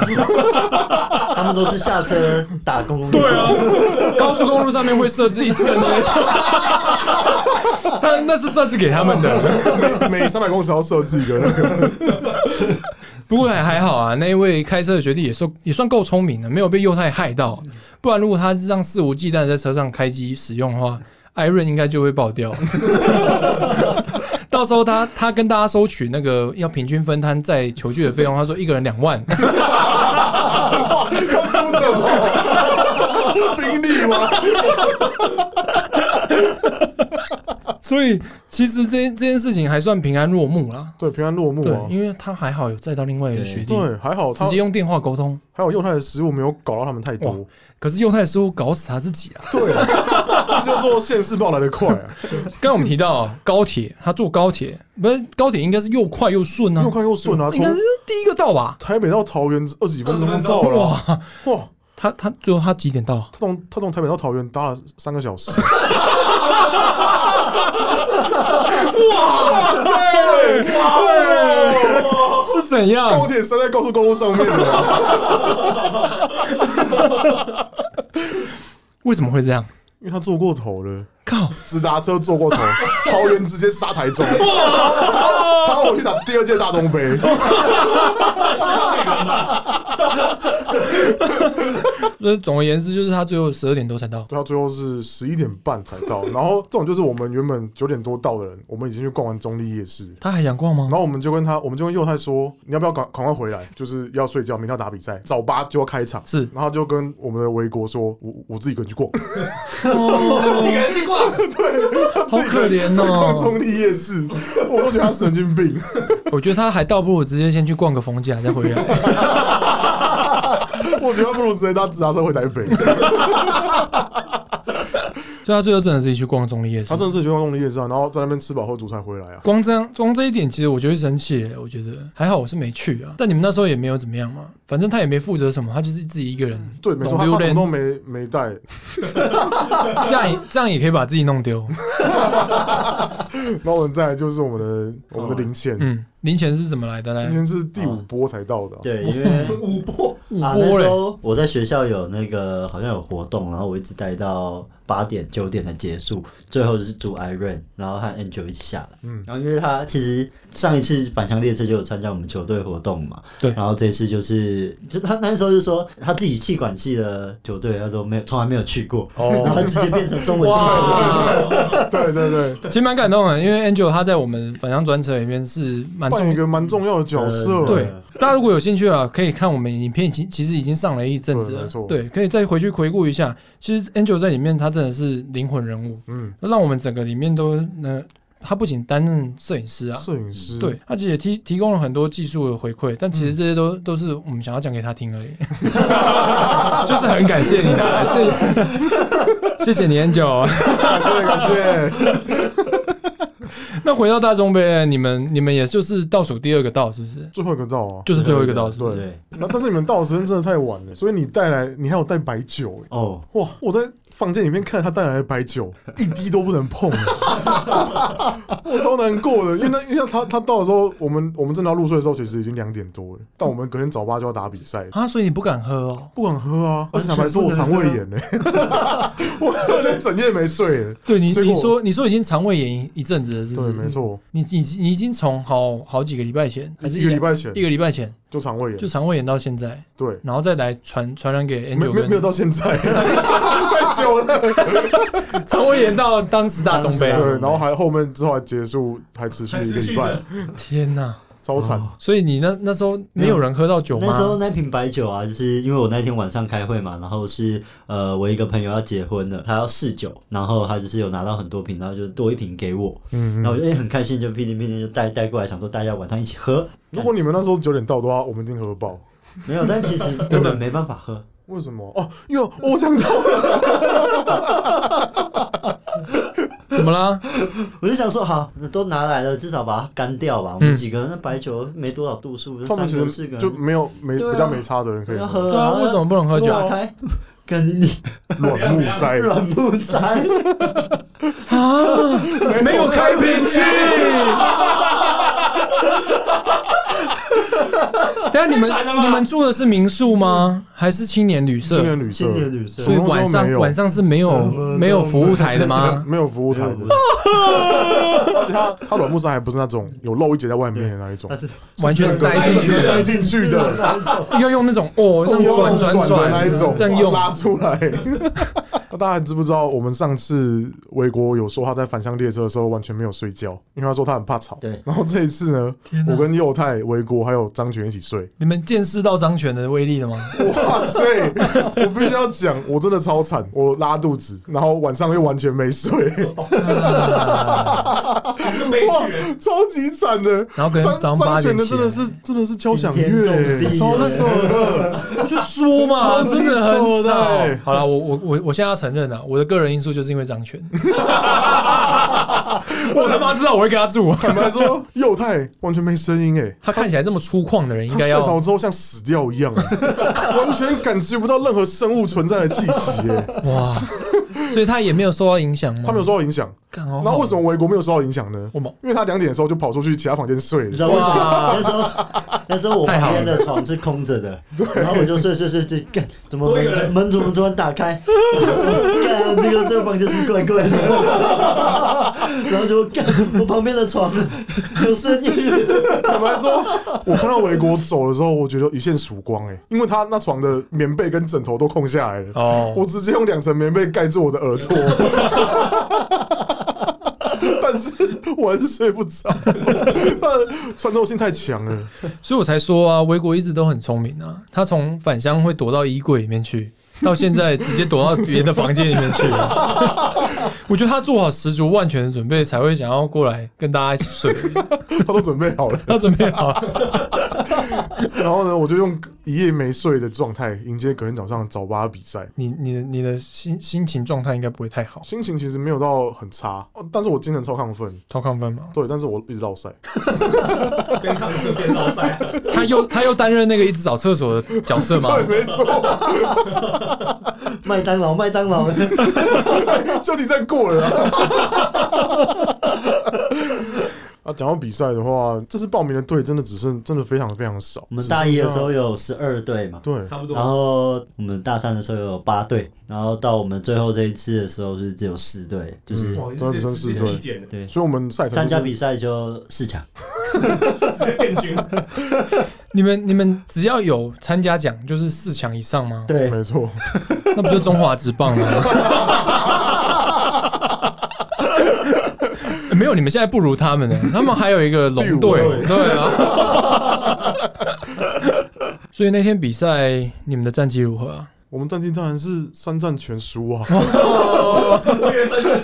他们都是下车打公共。对啊，高速公路上面会设置一堆人在那边 他那是设置给他们的，每每三百公尺要设置一个那个。 不过还还好啊。那一位开车的学弟也算也算够聪明的，没有被幼太害到。啊不然如果他是让肆无忌惮地在车上开机使用的话，艾润应该就会爆掉。 到时候他他跟大家收取那个要平均分摊在球具的费用，他说一个人两万，哇，要出什 么？宾利吗？所以其实这这件事情还算平安落幕啦。对，平安落幕对啊，。因为他还好有载到另外一个学弟，对，还好直他接用电话沟通。还有幼态的食物没有搞到他们太哇多，可是犹太师傅搞死他自己啊！对，这就做现世报来的快啊，刚刚我们提到啊高铁，他坐高铁，不是高铁应该是又快又顺啊，又快又顺啊，应从该是第一个到吧？台北到桃园二十几分钟就到了啊，哇，哇，他他最后他几点到啊？他从他从台北到桃园搭了三个小时，哇塞，哇哦，是怎样高？铁塞在高速公路上面了，为什么会这样？因为他坐过头了。靠！直达车坐过头，桃园直接杀台中，他回去打第二届大中杯，呃，总而言之，就是他最后十二点多才到。对，他最后是十一点半才到。然后这种就是我们原本九点多到的人，我们已经去逛完中立夜市。他还想逛吗然？后我们就跟他，我们就跟幼太说，你要不要赶赶快回来？就是要睡觉，明天要打比赛，早八就要开场。是然后他就跟我们的维国说，我我自己一个人去逛，你敢去 逛？好可怜去 逛哦！中立夜市，我都觉得他神经病。 我觉得他还倒不如直接先去逛个逢甲再回来。我觉得不如直接搭直达车回台北。所以他最后真的自己去逛中立夜市他。真的是去逛中立夜市啊，然后在那边吃饱喝足才回来啊。光这样，光这一点，其实我就会生气了。我觉得还好，我是没去啊。但你们那时候也没有怎么样嘛，反正他也没负责什么，他就是自己一个人。嗯对，没错，他懂他什榴么莲都没没带，这样也这样也可以把自己弄丢。然后我们再来就是我们的我们的零钱，嗯，零钱是怎么来的零呢？钱是第五波才到的啊、对，因为五波，五啊，波那时嘞，候我在学校有那个好像有活动，然后我一直待到八点九点才结束，最后就是住 Iron，然后和 Angel 一起下来。嗯嗯，然后因为他其实上一次返乡列车就有参加我们球队活动嘛，对然后这次就是就他那时候就说他自己气管系的球队，他说没有从来没有去过，哦然 后他直接变成中文系球队。对对对，其实蛮感动的，因为 Angel 他在我们返乡专车里面是蛮扮重演一个蛮重要的角色。对，大家如果有兴趣啊，可以看我们影片，已经其实已经上了一阵子对了没错。对，可以再回去回顾一下。其实 Angel 在里面，他真的是灵魂人物，嗯，让我们整个里面都呢，他不仅担任摄影师啊，摄影师，对，他其实也提提供了很多技术的回馈，但嗯其实这些都、都是我们想要讲给他听而 已。就是很感谢你啊，谢 谢谢你 Angel。感谢感谢。那回到大中杯，你们你们也就是倒数第二个到，是不是？最后一个到啊，就是最后一个到，是不是对对，那但是你们到的时间真的太晚了，所以你带来你还有带白酒、欸哦，哇！我在房间里面看他带来的白酒，一滴都不能碰， 我超难过的。因为那因为他他到的时候，我们我们正要入睡的时候，其实已经两点多了，但我们隔天早八就要打比赛，啊，所以你不敢喝哦。不敢喝啊！而且坦白说，我肠胃炎呢、 我我就整夜没睡了。对你，结果你说你说已经肠胃炎一阵子了，是不对，是？没。错，你你你已经从好好几个礼拜前，还是一个礼两拜前一个礼拜前就肠胃炎就，肠胃炎到现在，对，然后再来传传染给没没有 Angel 没有跟到现在，太久了。肠胃炎到当时大中杯啊当时！对，然后还后面之后还结束，还持续还一个持礼续拜着，，天哪！超惨。所以你那那时候没有人喝到酒吗？那时候那瓶白酒啊，就是因为我那天晚上开会嘛，然后是呃，我一个朋友要结婚了，他要试酒，然后他就是有拿到很多瓶，然后就多一瓶给我，嗯然后我就、欸、很开心，就噼里噼里就带带过来，想说大家晚上一起喝。如果你们那时候九点到的话，我们一定喝爆。没有，但其实根本没办法喝。为什么？哦，哟，我 想到了，怎么啦？我就想说，好，那都拿来了，至少把它干掉吧。我们几个人那白酒没多少度数，就他三们其个四个实就人，没有没对啊比较没差的人可以要喝喝对啊，为什么不能喝酒？打开，跟你软木塞，软不塞，没有开瓶器， 等下你们太惨了吧你们住的是民宿吗？还是青年旅青社？年旅社青，年旅社什所么以东西都晚没上有晚上是没有什么都没有服务台的吗？没有服务台的， 而且他他软木塞还不是那种有漏一截在外面的那一种 但，是完全塞进去塞的，进去的，要用那种哦，那种转转的转那一种，这样用。拉出来。 那大家还知不知道，我们上次维国有说他在返乡列车的时候完全没有睡觉，因为他说他很怕吵。对然后这一次呢，我跟幼泰、维国还有张全一起睡。你们见识到张权的威力了 吗？哇塞！我必须要讲，我真的超惨，我拉肚子，然后晚上又完全没 睡，个悲哇剧人。，超级惨的。然后可能张啊早上八张点悬的起真的，是真来的是交响惊天动乐，地超那首歌，我就说嘛， 超级真的很丑的欸吵。好了，我我我我现在要承认了，啊我的个人因素就是因为张 权，我他妈知道我会跟他住。坦白说，幼太完全没声音哎。他看起来这么粗犷的人，应他该睡要着之后像死掉一样，欸 完全感觉不到任何生物存在的气息。哎，哇，所以他也没有受到影响吗？他没有受到影响。干好好那为什么维国没有受到影响呢？哦我们因为他两点的时候就跑出去其他房间睡你了知。道为什么吗？哇 那时候那时候我太好旁了边的床是空着的，然后我就睡睡睡睡，干怎么多一个门人门怎么突然打开？ 干这个这个房间是不是怪怪的， 然后就干我旁边的床有声音，坦白说，我看到维国走的时候，我觉得一线曙光哎，因为他那床的棉被跟枕头都空下来了，哦我，直接用两层棉被盖住我的耳朵， 但是我还是睡不着。他的穿透性太强了，所以我才说啊，维国一直都很聪明啊，他从返乡会躲到衣柜里面去，到现在直接躲到别的房间里 面去了。我觉得他做好十足万全的准备，才会想要过来跟大家一起 睡。他都准备好了。他准备好了，然后呢，我就用一夜没睡的状态迎接隔天早上的早八比赛。你你的你的心心情状态应该不会太好，心情其实没有到很差，哦但是我精神超亢奋。超亢奋吗？对，但是我一直落赛，边看这边老塞，他又他又担任那个一直找厕所的角 色吗？对，没错，麦当劳麦当劳， 休息站过了啊。啊，讲到比赛的话，这次报名的队真的只剩真的非常非常少。我们大一的时候有十二队嘛，对，差不然多。后我们大三的时候有八队，然后到我们最后这一次的时候是只有四队，就是嗯哇，这真是是直接对递减的，对所以我们赛程参加就是比赛就四强。直接变军。你们你们只要有参加奖，就是四强以上吗？对，没错，那不就中华职 棒吗？欸没有，你们现在不如他们呢。他们还有一个龙队第五，队对啊。 所以那天比赛，你们的战绩如何啊？我们战绩当然是三战全输 啊，我以为三战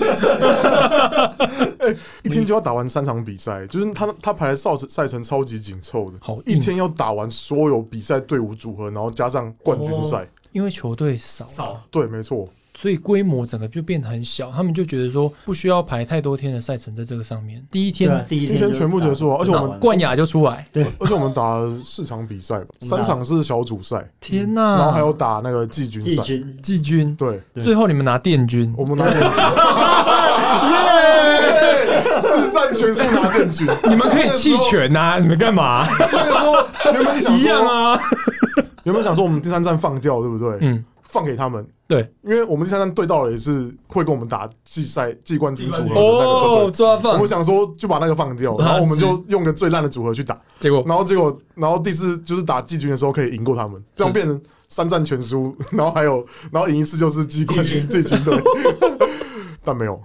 全胜，一天就要打完三场比赛，就是他他排的赛程赛程超级紧凑的，嗯好硬一天要打完所有比赛队伍组合，然后加上冠军哦赛。因为球队少，少对，没错，所以规模整个就变得很小。他们就觉得说，不需要排太多天的赛程在这个上面。第一对天，啊，第一一天天全部结束啊，而且我们冠亚就出来，而且我们打了四场比 赛吧，嗯三场是小组赛，天哪！嗯然后还有打那个季军季赛。军季军，对，对最后你们拿殿军，我们拿冠军，四战全输拿冠军。你们可以弃权呐、你们干嘛？那个时候原本想一样说，啊。原本想说我们第三站放掉，对不对？嗯，放给他们，对。因为我们第三站对到了也是会跟我们打季赛季冠军组合的那个哦，啊对抓对。我放们，想说就把那个放掉，然后我们就用个最烂的组合去打，结果然后结果然后第四就是打季军的时候可以赢过他们，这样变成三战全输，然后还有然后赢一次就是季冠 军季军队，但没有，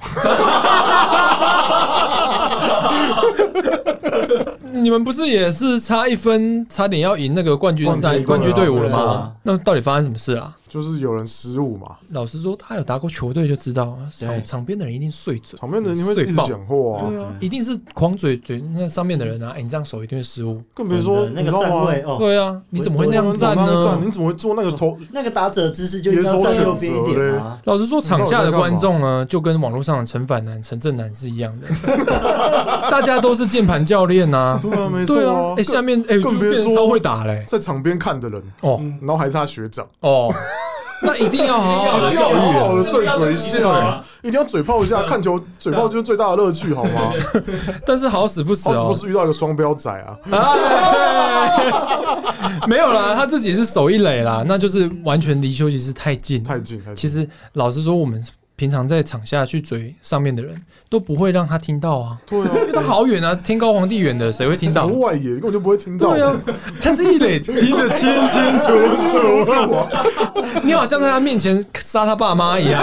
你们不是也是差一分，差点要赢那个冠军赛冠冠军军队啊队伍了对吗啊？那到底发生什么事啊？就是有人失误嘛，老实说，他有打过球队就知道，对场场边的人一定碎嘴。场面的人会一直讲话啊，对啊，一定是狂嘴嘴那上面的人啊！哎，你这样手一定会失误。更别说真的你知那道个站吗？位哦，对啊，你怎么会那样站站啊你呢？怎么会做那个头？那个打者的姿势就应该要站右边一点啊。老实说，场下的观众呢，就跟网络上的陈反男、陈正南是 一样的，大家都是键盘教练呐。对啊，没错对啊，哎，下面哎就更别变成说超会打嘞。在场边看的人，哦然后还是他学长，哦，那一定要好好 一的定要教好育好啊。的睡嘴一下，一定要嘴炮一下，看球嘴炮就是最大的乐趣，好吗？但啊是好死不死好哦不，是遇到一个双标仔啊？哎， 没有啦，他自己是守一垒啦，那就是完全离休息室太近。太近，太近。其实老实说，我们平常在场下去追上面的人都不会让他听到啊，对啊， 因为他好远啊，天高皇帝远的，谁会听什到么？外野根本就不会听到。对 啊，但是一垒听得清清楚不是我，你好像在他面前杀他爸妈一样。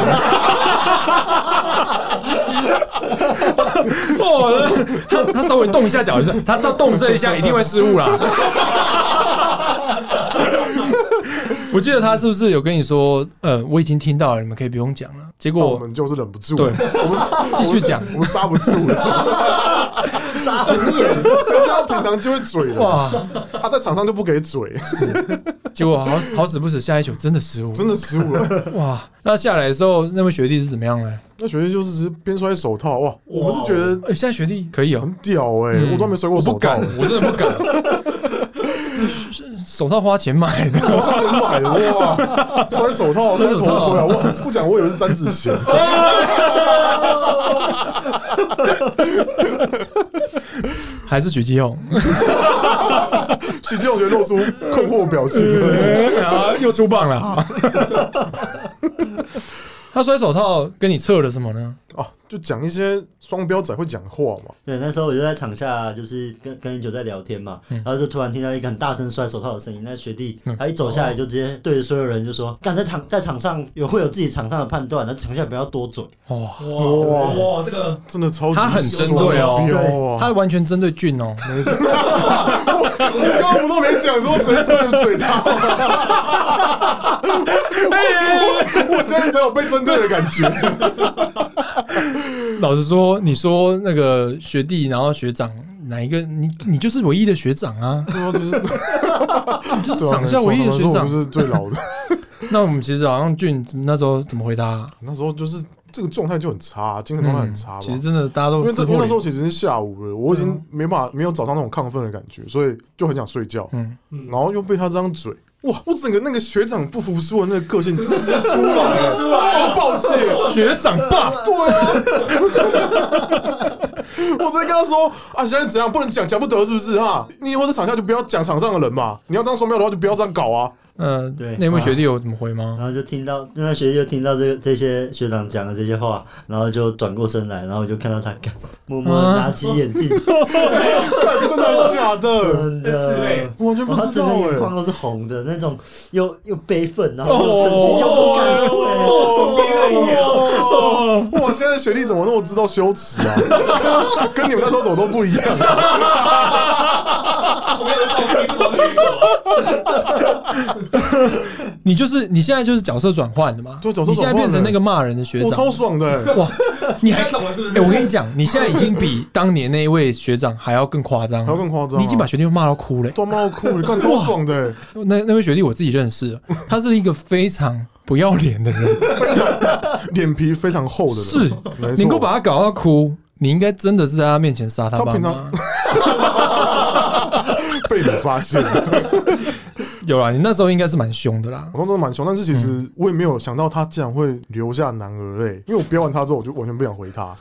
哦，他他稍微动一下脚，就是他他动这一下一定会失误啦。我记得他是不是有跟你说，呃，我已经听到了，你们可以不用讲了。结那我果们就是忍不住，对 我们继续讲我们刹不住了。杀红眼，谁叫他平常就会嘴了，哇，他在场上就不给嘴，结果好好死不死，下一球真的失误，真的失误了。哇！那下来的时候，那位学弟是怎么样呢？那学弟就是边摔手套，哇，我们是觉得哎、现在学弟可以哦、很屌哎，嗯我都还没摔过我手不套敢，，我真的不敢。 手套花钱买的，我花钱买的哇，摔手 套、摔头盔啊，我不讲，我以为是詹子贤，还是许继红？许继勇觉得露出困惑表情。 又出棒了。 他摔手套跟你测了什么呢？啊，就讲一些双标仔会讲话嘛，对，那时候我就在场下，就是跟跟球在聊天嘛，嗯然后就突然听到一个很大声摔手套的声音。那学弟他一走下哦来，就直接对着所有人就说：“干在场在场上有会有自己场上的判断，那场下不要多嘴。哇，哇哇，这个真的超级他很针对哦双标啊他完全针对俊哦。我刚刚不都没讲说谁针对嘴他吗？我我我现在才有被针对的感觉。老实说，你说那个学弟，然后学长哪一个？你你就是唯一的学长啊，你啊就是场下唯一的学我长们。是最老的，那我们其实好像俊那时候怎么回答啊？那时候就是这个状态就很差，精神状态很差吧。嗯其实真的大家都因为这撕因为破那时候脸。其实是下午了，哦我已经没办法没有早上那种亢奋的感觉，所以就很想睡觉。嗯，然后又被他这张嘴，哇！我整个那个学长不服输的那个个性直接出来了，出来超暴气。 学长 buff，对啊， 我直接跟他说啊，现在怎样不能讲，讲不得是不是哈？你以后在场下就不要讲场上的人嘛，你要这样双标的话就不要这样搞啊。呃，对那位学弟有怎么回”吗？然后就听到那学弟就听到这个这些学长讲的这些话，然后就转过身来，然后我就看到他干默默啊地拿起眼 镜，干真的假的？真这是嘞的。我完全不哇他知整道欸个眼哎、眶都是红的，那种又又悲愤，然后又生气，又不敢对哦，哇！现在学历怎么那么知道羞耻啊？ 跟你们那时候怎么都不一样。啊我没有放弃，不同结果。你就是你现在就是角色转换的嘛？对角色你现在转换变成了那个骂人的学我长超，爽的、欸，哇！你你还还懂了是不哎、是？我跟你讲，你现在已经比当年那一位学长还要更夸张，还要更夸张啊你已经把学弟骂到哭了、欸多么酷，干超爽的、欸，那那位学弟我自己认识了，他是一个非常不要脸的人，脸皮非常厚的人，是没能够错。把他搞到哭，你应该真的是在他面前杀他他爸平妈常。 被你发现了，有啦，你那时候应该是蛮凶的啦我。当时真的蛮凶，但是其实嗯我也没有想到他竟然会流下男儿泪，因为我标完他之后，我就完全不想回他。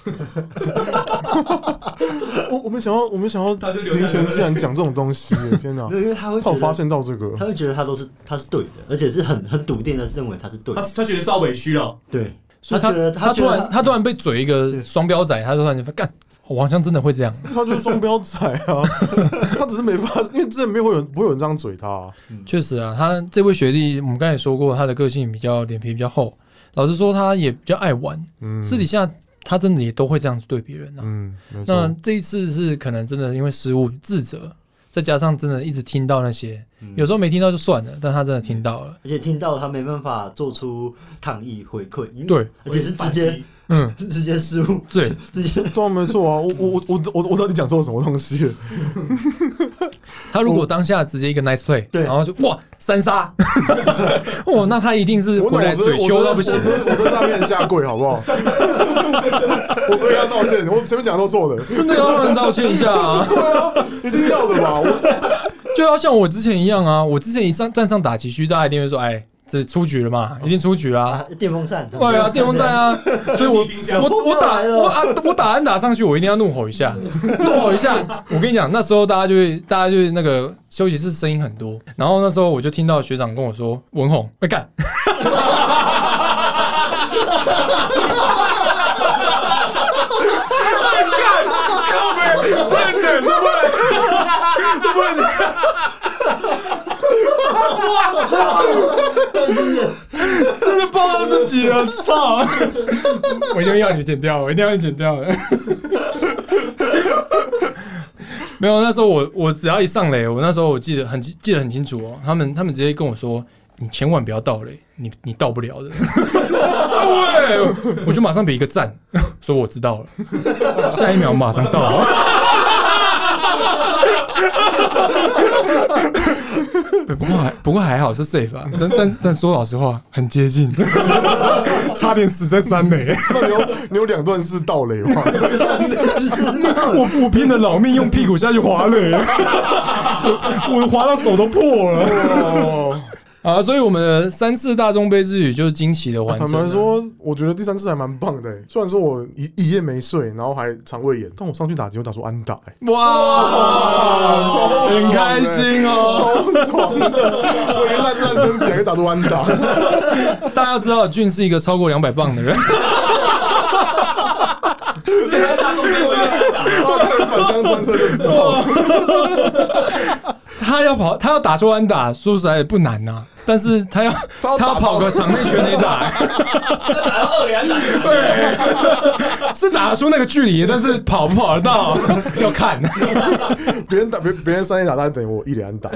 我我没想到，我没想到他就流下林男儿晨泪竟然讲这种东西，天哪！没有，因为他会他哦觉有发得现到这个，他会觉得他都是他是对的，而且是很很笃定的认为他是对他的，他觉得受委屈了，对。所以他觉得他觉突得然他突然被嘴一个双标仔，他突然就发干，我好像真的会这样。他就是双标仔 啊！他只是没发现，因为之前没有人不会有人这样嘴他啊、确实啊，他这位学弟，我们刚才也说过，他的个性比较脸皮比较厚。老实说，他也比较爱玩，嗯，私底下他真的也都会这样子对别人啊。嗯，没那错，这一次是可能真的因为失误自责，再加上真的一直听到那些，嗯有时候没听到就算了，但他真的听到了。而且听到他没办法做出抗议回馈，嗯，对，而且是直接嗯，直接失误，对， 直接对啊，没错啊！我我我我我到底讲错了什么东西了？他如果当下直接一个 nice play，对然后就哇 三杀，哇，那他一定是我回来嘴羞到不行 我。真的我真的我真的在面下跪，好不好？ 我对他道歉，我前面讲的都错的，真的要让人道歉一下啊！一定要的吧？我就要像我之前一样啊！我之前一站站上打击区，大家一定会说：“哎，这出局了嘛，一定出局啦、 啊，电风扇，对啊，电风扇啊，所以我冰箱我我打我啊我打安打上去，我一定要怒吼一下， 怒吼一下。我跟你讲，那时候大家就会大家就是那个休息室声音很多，然后那时候我就听到学长跟我说：“文宏，快干！”不能剪，对不对？真的暴露自己了，操！我一定要你剪掉，我一定要你剪掉 的。没有，那时候我我只要一上垒，我那时候我记得很记得很清楚哦，他们他们直接跟我说，你千万不要盗垒，你你到不 了的。对，我就马上比一个赞，说我知道了，下一秒马上到哦了。对不过还不过还好是 safe 啊，但但但说老实话，很接近， 差点死在三垒。那你有你有两段是盗垒吗？ 我我拼了老命用屁股下去滑垒，我我滑到手都破了。哦，啊，所以我们的三次大中杯之旅就是惊奇的完啊坦成了。白说，我觉得第三次还蛮棒的、欸。虽然说我一一夜没睡，然后还肠胃炎，但我上去打击我打出安打、欸，哇，超爽的很开心哦！超爽的。我一个烂烂身体还可以打出安打，欸大家知道俊是一个超过两百磅的人， 哇看你反向专车就知道了。他要跑，他要打出安打，说实在也不难呐、但是他要他要他要打跑到个场内全垒 打，打到二连打，对， 是打得出那个距离，但是跑不跑得到 要看。别人打别别人三垒打，大概等于我一垒安打。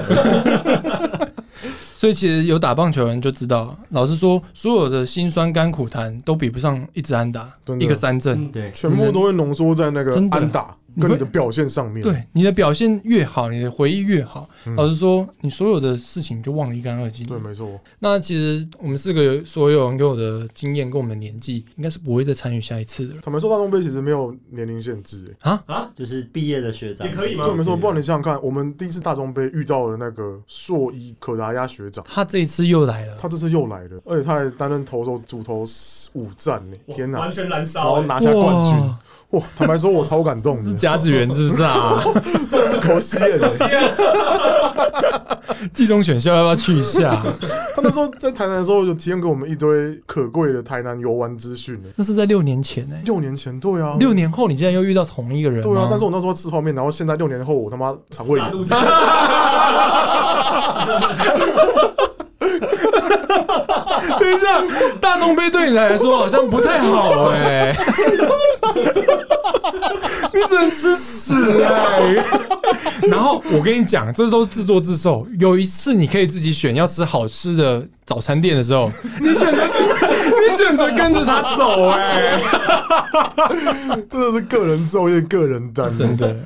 所以其实有打棒球的人就知道，老实说，所有的辛酸甘苦谈都比不上一支安打真，的一个三振。嗯对，全部都会浓缩在那个真的安打跟你的表现上面。，对你的表现越好，你的回忆越好。老实说，你所有的事情就忘得一干二净。嗯对，没错。那其实我们四个所有人给我的经验跟我们的年纪，应该是不会再参与下一次的了。坦白说，大众杯其实没有年龄限制、欸。就是毕业的学长也可以吗对，没错。不然你想想看，我们第一次大众杯遇到了那个硕一可达鸭学长，他这一次又来了，他这次又来了，而且他还担任投手主投五战呢、欸天哪完！全燃烧、然后拿下冠军，哇！坦白说，我超感动是的，甲子园是不是 啊？真的是可惜耶、季中选秀要不要去一下？他那时候在台南的时候，有提供给我们一堆可贵的台南游玩资讯呢。 那是在六年前欸呢、六年前，对啊，六年后你竟然又遇到同一个人吗？对啊。但是我那时候吃泡面，然后现在六年后，我他妈肠胃大炎，肚子， 等一下，大众杯对你来说好像不太好 哎、你只能吃屎哎、然后我跟你讲，这都是自作自受。有一次你可以自己选要吃好吃的早餐店的时候，你选择你选择跟着他走哎、真的是个人昼夜个人单，真的，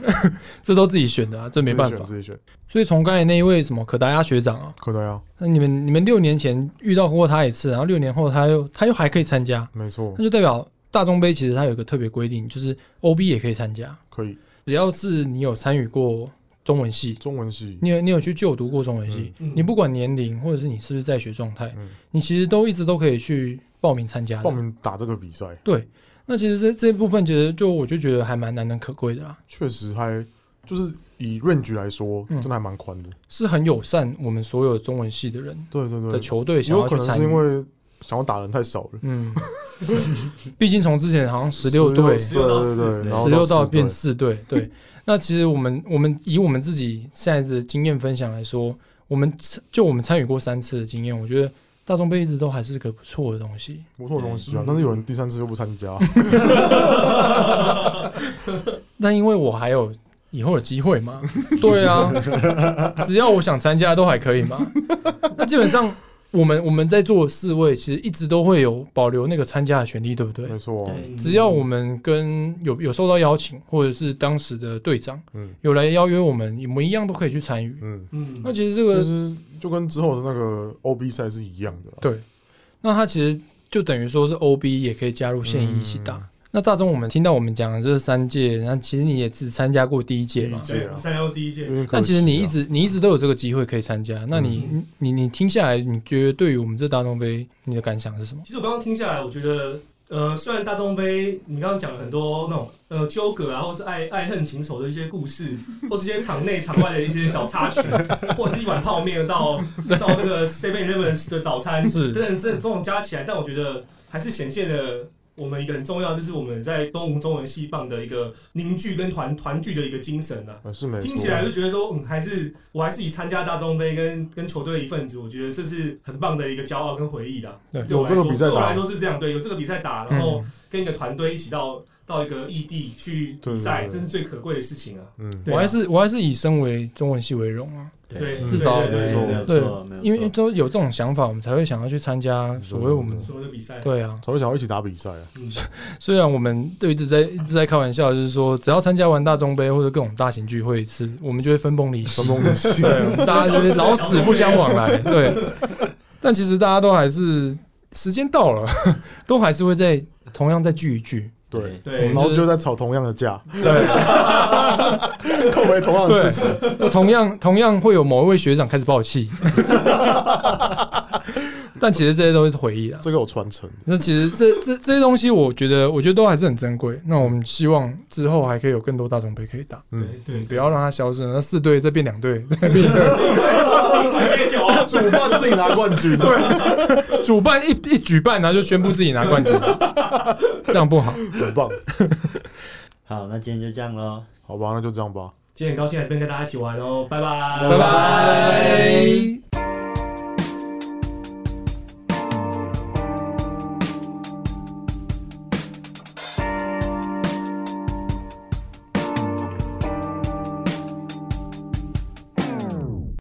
这都自己选的啊，这没办法自己选。自己选，所以从刚才那一位什么可达鸭学长啊，可能啊，那你们你们六年前遇到过他一次，然后六年后他又他又还可以参加，没错那，就代表大中杯其实它有一个特别规定，就是 OB 也可以参加，可以。只要是你有参与过中文系，中文系你有你有去就读过中文系，嗯嗯你不管年龄或者是你是不是在学状态，嗯你其实都一直都可以去报名参加报的。名打这个比赛，对，那其实这这部分其实就我就觉得还蛮难能可贵的啦，确实还就是以 range 来说，嗯真的还蛮宽的。是很友善我们所有中文系的人对对的对，球队也想有要可去能参是因与。为想要打人太少了，嗯，毕竟从之前好像十六队，对对对，然后十六到到变四四队，对。 那其实我们我们以我们自己现在的经验分享来说，我们就我们参与过三次的经验，我觉得大众杯一直都还是个不错的东西。队不错的东西啊嗯。但是有人第三次又不参加，那因为我还有以后的机 会嘛，对啊，只要我想参加都还可以嘛。那基本上我们我们在做四位，其实一直都会有保留那个参加的权利，对不对？没错啊，对只要我们跟有有受到邀请，或者是当时的队长嗯有来邀约我们，我们一样都可以去参与。嗯，嗯那其实这其个实就跟之后的那个 OB 赛是一样的啦。对，那他其实就等于说是 OB 也可以加入现役一起打。嗯那大中，我们听到我们讲的这三届，那其实你也只参加过第一届嘛第一？对，三幺第一届有，点可惜啊但其实你一直你一直都有这个机会可以参加，那你、你你听下来，你觉得对于我们这大众杯，你的感想是什么？其实我刚刚听下来，我觉得，呃，虽然大众杯你刚刚讲了很多那种呃纠葛啊，或是爱爱恨情仇的一些故事， 或是一些场内场外的一些小插曲，或是一碗泡面到到那个 Seven Eleven 的早餐，是等等这种加起来，但我觉得还是显现了。我们一个很重要，就是我们在东吴中文系棒的一个凝聚跟团团聚的一个精神啊。呃是没错，听起来就觉得说，嗯，还是我还是以参加大中杯跟跟球队的一份子，我觉得这是很棒的一个骄傲跟回忆的。对对我来有这说，个比赛打对我来说是这样，对，有这个比赛打，然后嗯跟一个团队一起到到一个异地去比赛，对对对这是最可贵的事情啊。嗯，对啊我还是我还是以身为中文系为荣啊，对，至少对对没对错，对没有对错，没有错，因为都有这种想法，我们才会想要去参加所谓我们对所有的比赛，对啊。才会想要一起打比赛啊。虽然我们都一直在一直在开玩笑，就是说只要参加完大中杯或者各种大型聚会一次，我们就会分崩离析分，崩离析，对，啊大家就是老死不相往来，对。但其实大家都还是时间到了，都还是会在同样再聚一聚，对，对然后就在吵同样的架， 对。扣回同样的事情，同样同样会有某一位学长开始爆 气，但其实这些都是回忆啦。这个有传承。那其实这这这些东西，我觉得我觉得都还是很珍贵。那我们希望之后还可以有更多大众杯可以打，对嗯，对，不要让它消失了。那四队再变两 队， 接球啊，主办自己拿冠军，啊主办一一举办，然后就宣布自己拿冠军，这样不好。很棒。好，那今天就这样喽，好吧，那就这样吧。今天很高兴来这边跟大家一起玩哦，拜拜，拜拜。